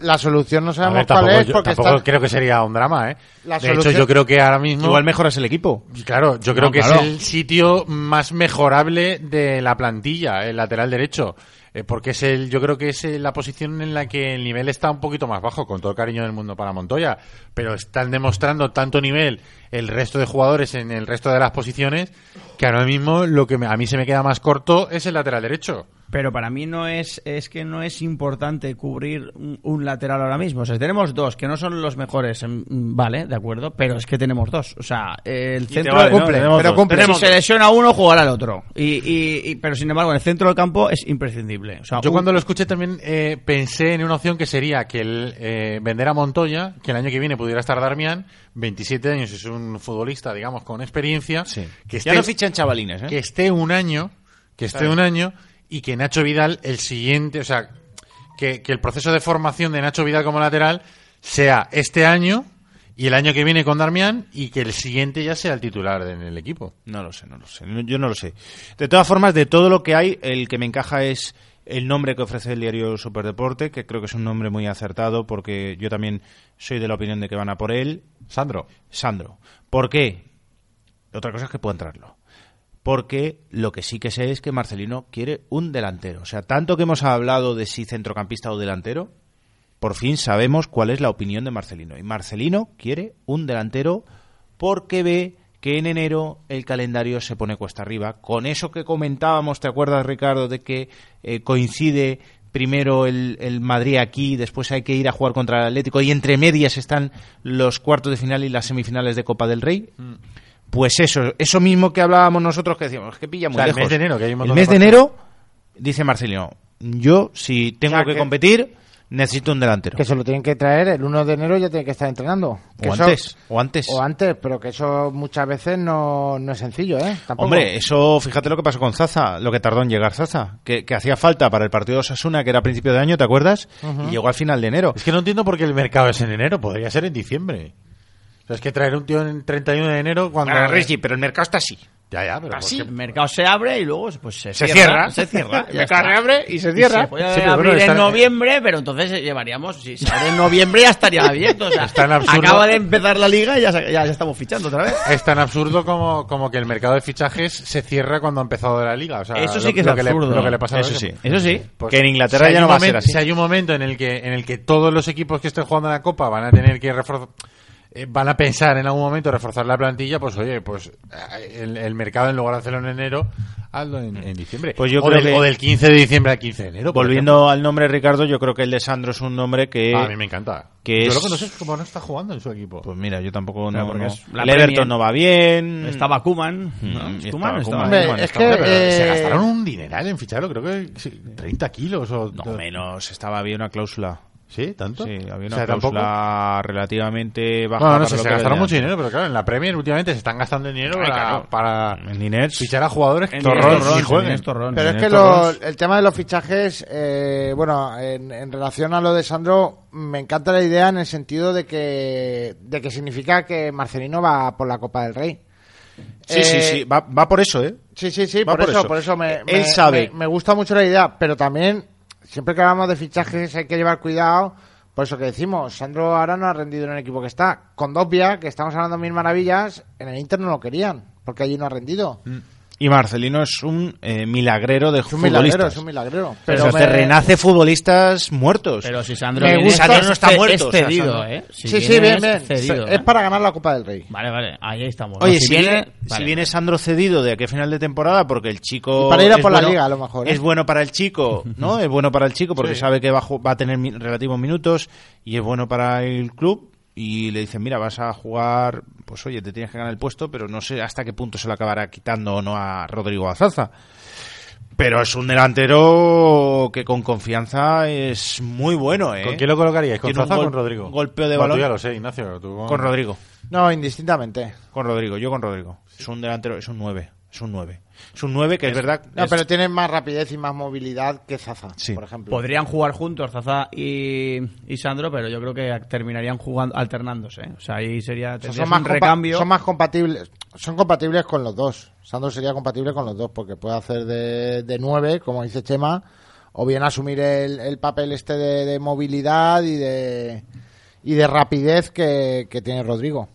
[SPEAKER 3] La solución no
[SPEAKER 2] A
[SPEAKER 3] sabemos
[SPEAKER 2] ver,
[SPEAKER 3] cuál
[SPEAKER 2] tampoco,
[SPEAKER 3] es
[SPEAKER 2] yo-
[SPEAKER 3] porque
[SPEAKER 2] tampoco
[SPEAKER 3] está...
[SPEAKER 2] creo que sería un drama, ¿eh?
[SPEAKER 3] La
[SPEAKER 2] de hecho,
[SPEAKER 3] solución-
[SPEAKER 2] yo creo que ahora mismo...
[SPEAKER 4] Igual mejoras el equipo.
[SPEAKER 2] Claro, yo creo
[SPEAKER 4] No,
[SPEAKER 2] que es
[SPEAKER 4] claro.
[SPEAKER 2] el sitio más mejorable de la plantilla, el lateral derecho, Eh, porque es el, yo creo que es eh, la posición en la que el nivel está un poquito más bajo, con todo el cariño del mundo para Montoya, pero están demostrando tanto nivel el resto de jugadores en el resto de las posiciones que ahora mismo lo que me- a mí se me queda más corto es el lateral derecho.
[SPEAKER 5] Pero para mí no es, es que no es importante cubrir un, un lateral ahora mismo. O sea, tenemos dos que no son los mejores, em, vale, de acuerdo, pero es que tenemos dos. O sea, el centro
[SPEAKER 4] vale, ¿no?
[SPEAKER 5] cumple,
[SPEAKER 4] Tenemos
[SPEAKER 5] pero
[SPEAKER 4] dos.
[SPEAKER 5] cumple.
[SPEAKER 4] Tenemos
[SPEAKER 5] si se lesiona uno, jugará el otro. Y, y- y- pero sin embargo, en el centro del campo es imprescindible.
[SPEAKER 4] Ah,
[SPEAKER 5] O sea,
[SPEAKER 2] Yo
[SPEAKER 5] un-
[SPEAKER 2] cuando lo escuché también eh, pensé en una opción que sería que el eh, vender a Montoya, que el año que viene pudiera estar Darmian, 27 años, es un futbolista, digamos, con experiencia, que, esté,
[SPEAKER 4] ya no fichan chavalines, ¿eh?
[SPEAKER 2] que esté un año, que esté un año, y que Nacho Vidal el siguiente, o sea, que, que el proceso de formación de Nacho Vidal como lateral sea este año y el año que viene con Darmian y que el siguiente ya sea el titular en el equipo.
[SPEAKER 4] No lo sé, no lo sé. No- Yo no lo sé. De todas formas, de todo lo que hay, el que me encaja es el nombre que ofrece el diario Superdeporte, que creo que es un nombre muy acertado porque yo también soy de la opinión de que van a por él.
[SPEAKER 2] Sandro.
[SPEAKER 4] Sandro. ¿Por qué? Otra cosa es que pueda entrarlo. Porque lo que sí que sé es que Marcelino quiere un delantero. O sea, tanto que hemos hablado de si centrocampista o delantero, por fin sabemos cuál es la opinión de Marcelino. Y Marcelino quiere un delantero porque ve que en enero el calendario se pone cuesta arriba. Con eso que comentábamos, ¿te acuerdas, Ricardo, de que eh, coincide primero el, el Madrid aquí, después hay que ir a jugar contra el Atlético y entre medias están los cuartos de final y las semifinales de Copa del Rey?
[SPEAKER 2] Mm.
[SPEAKER 4] Pues eso, eso mismo que hablábamos nosotros que decíamos, que pilla muy
[SPEAKER 2] O sea, el
[SPEAKER 4] lejos.
[SPEAKER 2] mes de enero, que hay un montón
[SPEAKER 4] El
[SPEAKER 2] de
[SPEAKER 4] mes de
[SPEAKER 2] partidos.
[SPEAKER 4] enero, dice Marcelino, yo si tengo
[SPEAKER 3] O sea,
[SPEAKER 4] que,
[SPEAKER 3] que-
[SPEAKER 4] competir, necesito un delantero.
[SPEAKER 3] Que se lo tienen que traer el 1 de enero ya tiene que estar entrenando. Que
[SPEAKER 4] O
[SPEAKER 3] eso-
[SPEAKER 4] antes, o antes.
[SPEAKER 3] O antes, pero que eso muchas veces no, no es sencillo, ¿eh? Tampoco.
[SPEAKER 4] Hombre, eso, fíjate lo que pasó con Zaza, lo que tardó en llegar Zaza, que, que hacía falta para el partido de Osasuna, que era a principio de año, ¿te acuerdas? Y llegó al final de enero.
[SPEAKER 2] Es que no entiendo por qué el mercado es en enero, podría ser en diciembre. O sea, es que traer un tío en 31 de enero cuando...
[SPEAKER 4] Ah, Ricky, pero el mercado está así.
[SPEAKER 2] Ya, ya,
[SPEAKER 4] Ah,
[SPEAKER 2] pero...
[SPEAKER 5] El mercado se abre y luego pues, se,
[SPEAKER 4] Se cierra.
[SPEAKER 5] cierra. Se cierra.
[SPEAKER 4] El mercado reabre y se cierra.
[SPEAKER 5] Se puede
[SPEAKER 2] Sí, pero
[SPEAKER 5] abrir
[SPEAKER 2] bueno, está-
[SPEAKER 5] en noviembre, pero entonces eh, llevaríamos. Si se abre en noviembre ya estaría abierto. O sea,
[SPEAKER 2] Es tan absurdo.
[SPEAKER 5] Acaba de empezar la liga y ya, se- ya- ya estamos fichando otra vez.
[SPEAKER 2] Es tan absurdo como, como que el mercado de fichajes se cierra cuando ha empezado la liga. O sea,
[SPEAKER 5] Eso sí
[SPEAKER 2] Ah, lo-
[SPEAKER 5] que es
[SPEAKER 2] lo le-
[SPEAKER 5] absurdo.
[SPEAKER 2] lo que le pasa a
[SPEAKER 4] Eso
[SPEAKER 2] Beckham.
[SPEAKER 4] sí.
[SPEAKER 5] Eso sí.
[SPEAKER 2] Pues,
[SPEAKER 4] que en Inglaterra
[SPEAKER 2] si hay
[SPEAKER 4] ya no
[SPEAKER 2] un
[SPEAKER 4] va a ser
[SPEAKER 2] momento-
[SPEAKER 4] así.
[SPEAKER 2] Si hay un momento en el que en el que todos los equipos que estén jugando la Copa van a tener que reforzar, eh, van a pensar en algún momento reforzar la plantilla, pues oye, pues eh, el, el mercado en lugar de hacerlo en enero, hazlo en, en diciembre.
[SPEAKER 4] Pues yo
[SPEAKER 2] o,
[SPEAKER 4] creo
[SPEAKER 2] del,
[SPEAKER 4] que-
[SPEAKER 2] o del 15 de diciembre al 15 de enero. por
[SPEAKER 4] Volviendo al nombre Ricardo, yo creo que el de Sandro es un nombre que...
[SPEAKER 2] ejemplo. a mí me encanta.
[SPEAKER 4] que
[SPEAKER 2] yo
[SPEAKER 4] es-
[SPEAKER 2] lo que no sé es cómo no está jugando en su equipo.
[SPEAKER 4] Pues mira, yo tampoco
[SPEAKER 5] Claro,
[SPEAKER 4] no...
[SPEAKER 5] porque
[SPEAKER 4] no.
[SPEAKER 5] es la
[SPEAKER 4] El Everton
[SPEAKER 5] Premier.
[SPEAKER 4] no va bien.
[SPEAKER 5] Estaba Kuman.
[SPEAKER 4] Mm, y estaba
[SPEAKER 5] Kuman estaba.
[SPEAKER 4] Koeman.
[SPEAKER 3] Hombre,
[SPEAKER 4] Koeman
[SPEAKER 3] es
[SPEAKER 4] estaba-
[SPEAKER 3] que,
[SPEAKER 2] Pero se
[SPEAKER 3] eh,
[SPEAKER 2] gastaron un dineral en ficharlo, creo que sí, 30 kilos o
[SPEAKER 4] No, menos. Estaba, había una cláusula.
[SPEAKER 2] Sí, tanto.
[SPEAKER 4] Sí, había
[SPEAKER 2] O
[SPEAKER 4] una
[SPEAKER 2] sea, tampoco-
[SPEAKER 4] cláusula relativamente baja.
[SPEAKER 2] Bueno, no
[SPEAKER 4] para
[SPEAKER 2] sé,
[SPEAKER 4] lo
[SPEAKER 2] se
[SPEAKER 4] que
[SPEAKER 2] gastaron
[SPEAKER 4] vendían.
[SPEAKER 2] mucho dinero, pero claro, en la Premier últimamente se están gastando dinero
[SPEAKER 4] Ay,
[SPEAKER 2] para,
[SPEAKER 4] claro.
[SPEAKER 2] para
[SPEAKER 4] En Inés.
[SPEAKER 2] fichar a jugadores que
[SPEAKER 5] En
[SPEAKER 2] torrón,
[SPEAKER 5] Inés Torrón,
[SPEAKER 2] sí jueguen.
[SPEAKER 5] en Inés Torrón.
[SPEAKER 3] Pero es que lo- el tema de los fichajes, eh, bueno, en, en relación a lo de Sandro, me encanta la idea en el sentido de que, de que significa que Marcelino va por la Copa del Rey.
[SPEAKER 4] Sí, sí,
[SPEAKER 3] Eh,
[SPEAKER 4] sí. Va, va por eso, ¿eh?
[SPEAKER 3] Sí, sí, sí,
[SPEAKER 4] Va
[SPEAKER 3] por,
[SPEAKER 4] por
[SPEAKER 3] eso,
[SPEAKER 4] eso.
[SPEAKER 3] por eso me,
[SPEAKER 4] Él
[SPEAKER 3] me-
[SPEAKER 4] sabe.
[SPEAKER 3] Me, me gusta mucho la idea, pero también, siempre que hablamos de fichajes hay que llevar cuidado, por eso que decimos, Sandro ahora no ha rendido en el equipo que está. Con Dobia, que estamos hablando mil maravillas, en el Inter no lo querían, porque allí no ha rendido.
[SPEAKER 4] Mm, Y Marcelino es un eh, milagrero de
[SPEAKER 3] Es un
[SPEAKER 4] futbolistas.
[SPEAKER 3] milagrero, es un milagrero.
[SPEAKER 4] Pero
[SPEAKER 3] me-
[SPEAKER 4] te renace futbolistas muertos.
[SPEAKER 5] Pero si Sandro,
[SPEAKER 3] Me
[SPEAKER 5] viene-
[SPEAKER 3] gusta-
[SPEAKER 5] Sandro
[SPEAKER 4] no está
[SPEAKER 5] es-
[SPEAKER 4] muerto,
[SPEAKER 5] Es
[SPEAKER 4] o sea,
[SPEAKER 5] cedido,
[SPEAKER 4] Sandro-
[SPEAKER 5] ¿eh? Si
[SPEAKER 3] sí, sí,
[SPEAKER 5] viene
[SPEAKER 3] bien,
[SPEAKER 5] es
[SPEAKER 3] bien.
[SPEAKER 5] cedido,
[SPEAKER 3] es
[SPEAKER 5] ¿eh?
[SPEAKER 3] para ganar la Copa del Rey.
[SPEAKER 5] Vale, vale. Ahí estamos.
[SPEAKER 4] Oye,
[SPEAKER 5] No,
[SPEAKER 4] si, viene, si
[SPEAKER 5] vale.
[SPEAKER 4] viene Sandro cedido de aquí a final de temporada, porque el chico.
[SPEAKER 3] Y para ir a
[SPEAKER 4] es
[SPEAKER 3] por la liga, a lo mejor, ¿eh?
[SPEAKER 4] Es bueno para el chico, ¿no? Es bueno para el chico porque sabe que va, a ju- va a tener mi- relativos minutos y es bueno para el club. Y le dicen, mira, vas a jugar, pues oye, te tienes que ganar el puesto, pero no sé hasta qué punto se lo acabará quitando o no a Rodrigo Azaza. Pero es un delantero que con confianza es muy bueno, ¿eh?
[SPEAKER 2] ¿Con quién lo colocaríais? ¿Con
[SPEAKER 4] Tiene un
[SPEAKER 2] Zaza o
[SPEAKER 4] gol-
[SPEAKER 2] con Rodrigo?
[SPEAKER 4] golpeo de
[SPEAKER 2] Bueno,
[SPEAKER 4] balón.
[SPEAKER 2] Tú ya lo sé, Ignacio. tú
[SPEAKER 4] Con Rodrigo.
[SPEAKER 3] No, indistintamente.
[SPEAKER 4] Con Rodrigo, yo con Rodrigo. Es un delantero, es un 9. Es un 9. Es un 9 que es, verdad.
[SPEAKER 3] No,
[SPEAKER 4] es-
[SPEAKER 3] pero tiene más rapidez y más movilidad que Zaza,
[SPEAKER 4] Sí.
[SPEAKER 3] por ejemplo.
[SPEAKER 5] Podrían jugar juntos Zaza y, y Sandro, pero yo creo que terminarían jugando alternándose. ¿eh? O sea, ahí sería
[SPEAKER 3] O sea,
[SPEAKER 5] tendrías
[SPEAKER 3] son, más
[SPEAKER 5] un
[SPEAKER 3] compa-
[SPEAKER 5] recambio.
[SPEAKER 3] son más compatibles. Son compatibles con los dos. Sandro sería compatible con los dos porque puede hacer de, de nueve, como dice Chema, o bien asumir el, el papel este de, de movilidad y de y de rapidez que, que tiene Rodrigo.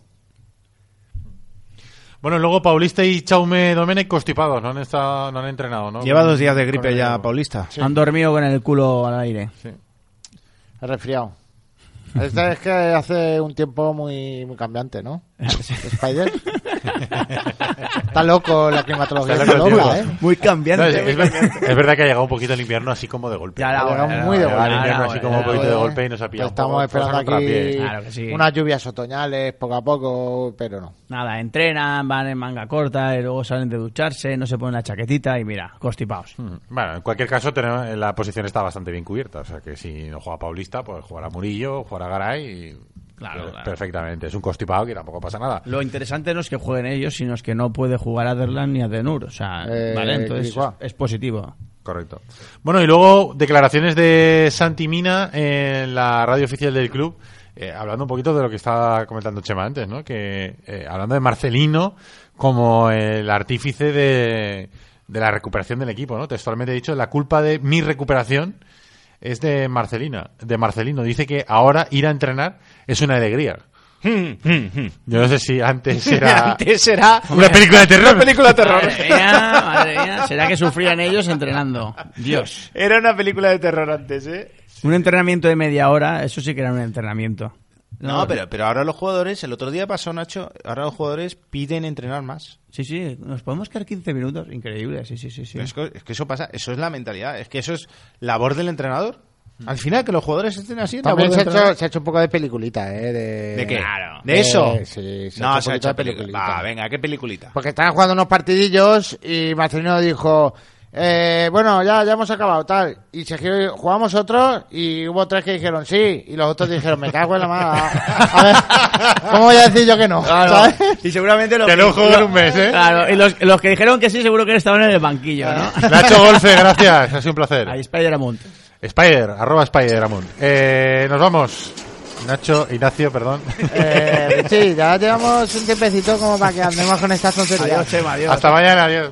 [SPEAKER 2] Bueno, luego Paulista y Chaume Domenech constipados, no han, estado, no han entrenado, ¿no?
[SPEAKER 4] Lleva
[SPEAKER 2] Con-
[SPEAKER 4] dos días de
[SPEAKER 2] con
[SPEAKER 4] gripe
[SPEAKER 2] el-
[SPEAKER 4] ya Paulista.
[SPEAKER 5] Han dormido con el culo al aire.
[SPEAKER 3] He resfriado. Este es que hace un tiempo muy, muy cambiante, ¿no? Spider. Está loco la climatología.
[SPEAKER 2] Está
[SPEAKER 3] Está
[SPEAKER 2] loco el
[SPEAKER 3] loca, ¿eh?
[SPEAKER 2] tiempo.
[SPEAKER 5] Muy
[SPEAKER 2] No,
[SPEAKER 5] cambiante.
[SPEAKER 2] es, es ver- es verdad que ha llegado un poquito el invierno así como de golpe.
[SPEAKER 5] Ya la hora,
[SPEAKER 3] Llegamos
[SPEAKER 5] ya la
[SPEAKER 3] muy de
[SPEAKER 5] hora,
[SPEAKER 2] Ha llegado el
[SPEAKER 5] ya
[SPEAKER 2] invierno
[SPEAKER 5] la hora,
[SPEAKER 2] así
[SPEAKER 5] ya
[SPEAKER 2] como
[SPEAKER 5] la
[SPEAKER 2] un poquito
[SPEAKER 5] hora.
[SPEAKER 2] de golpe y nos ha pillado. un
[SPEAKER 3] Estamos
[SPEAKER 2] poco-
[SPEAKER 3] esperando
[SPEAKER 2] a contrapié.
[SPEAKER 3] aquí
[SPEAKER 5] Claro que sí.
[SPEAKER 3] unas lluvias otoñales poco a poco, pero no.
[SPEAKER 5] Nada, entrenan, van en manga corta, y luego salen de ducharse, no se ponen la chaquetita y mira, constipados.
[SPEAKER 2] Bueno, en cualquier caso, tenemos- eh, la posición está bastante bien cubierta. O sea que si no juega Paulista, pues jugará Murillo, jugará Garay. y-
[SPEAKER 5] Claro,
[SPEAKER 2] per-
[SPEAKER 5] claro.
[SPEAKER 2] Perfectamente. Es un constipado que tampoco pasa nada.
[SPEAKER 5] Lo interesante no es que jueguen ellos, sino es que no puede jugar Aderland ni Adenur. O sea,
[SPEAKER 3] Eh,
[SPEAKER 5] vale, entonces
[SPEAKER 3] Kirikua.
[SPEAKER 5] es positivo.
[SPEAKER 2] Correcto. Bueno, y luego declaraciones de Santi Mina en la radio oficial del club, eh, hablando un poquito de lo que estaba comentando Chema antes, ¿no? Que eh, hablando de Marcelino como el artífice de, de la recuperación del equipo, ¿no? Textualmente he dicho, la culpa de mi recuperación es de Marcelina, de Marcelino. Dice que ahora ir a entrenar es una alegría. Yo no sé si antes era
[SPEAKER 4] Antes será
[SPEAKER 2] una película de terror.
[SPEAKER 4] una película de terror.
[SPEAKER 5] Madre mía, madre mía, ¿será que sufrían ellos entrenando? Dios.
[SPEAKER 4] Era una película de terror antes, ¿eh?
[SPEAKER 5] Un entrenamiento de media hora, eso sí que era un entrenamiento.
[SPEAKER 4] No, pero, pero ahora los jugadores, el otro día pasó Nacho, ahora los jugadores piden entrenar más.
[SPEAKER 5] Sí, sí, nos podemos quedar 15 minutos. Increíble, sí, sí, sí. sí.
[SPEAKER 4] Pero Es, que, es que eso pasa, eso es la mentalidad, es que eso es labor del entrenador. Al final, que los jugadores estén así, es labor
[SPEAKER 3] También
[SPEAKER 4] del
[SPEAKER 3] se ha,
[SPEAKER 4] entrenador.
[SPEAKER 3] hecho, se ha hecho un poco de peliculita, ¿eh? ¿De,
[SPEAKER 4] ¿De qué?
[SPEAKER 3] Claro.
[SPEAKER 4] ¿De eso?
[SPEAKER 3] Eh, sí, se ha
[SPEAKER 4] no,
[SPEAKER 3] hecho
[SPEAKER 4] se
[SPEAKER 3] un poquito
[SPEAKER 4] ha hecho
[SPEAKER 3] de
[SPEAKER 4] película.
[SPEAKER 3] peliculita.
[SPEAKER 4] Va, venga, ¿qué peliculita?
[SPEAKER 3] Porque estaban jugando unos partidillos y Marcelino dijo, eh, bueno, ya, ya hemos acabado, tal. Y se giró y, jugamos otro y hubo tres que dijeron sí y los otros dijeron, me cago en la mano. A ver, ¿cómo voy a decir yo que no?
[SPEAKER 5] Claro.
[SPEAKER 3] ¿Sabes?
[SPEAKER 5] Y seguramente los
[SPEAKER 2] Te lo
[SPEAKER 5] que-
[SPEAKER 2] juego en un mes, ¿eh?
[SPEAKER 5] Claro, y los, los que dijeron que sí, seguro que estaban en el banquillo, ¿no?
[SPEAKER 2] Nacho Golfe, gracias, ha sido un placer.
[SPEAKER 5] Ahí Spider-Amount.
[SPEAKER 2] Spider, arroba Spider Amund. Eh, nos vamos. Nacho, Ignacio, perdón.
[SPEAKER 3] Eh, sí, ya llevamos un tiempecito como para que andemos con estas tonterías.
[SPEAKER 5] Adiós, Chema, adiós.
[SPEAKER 2] Hasta mañana, adiós.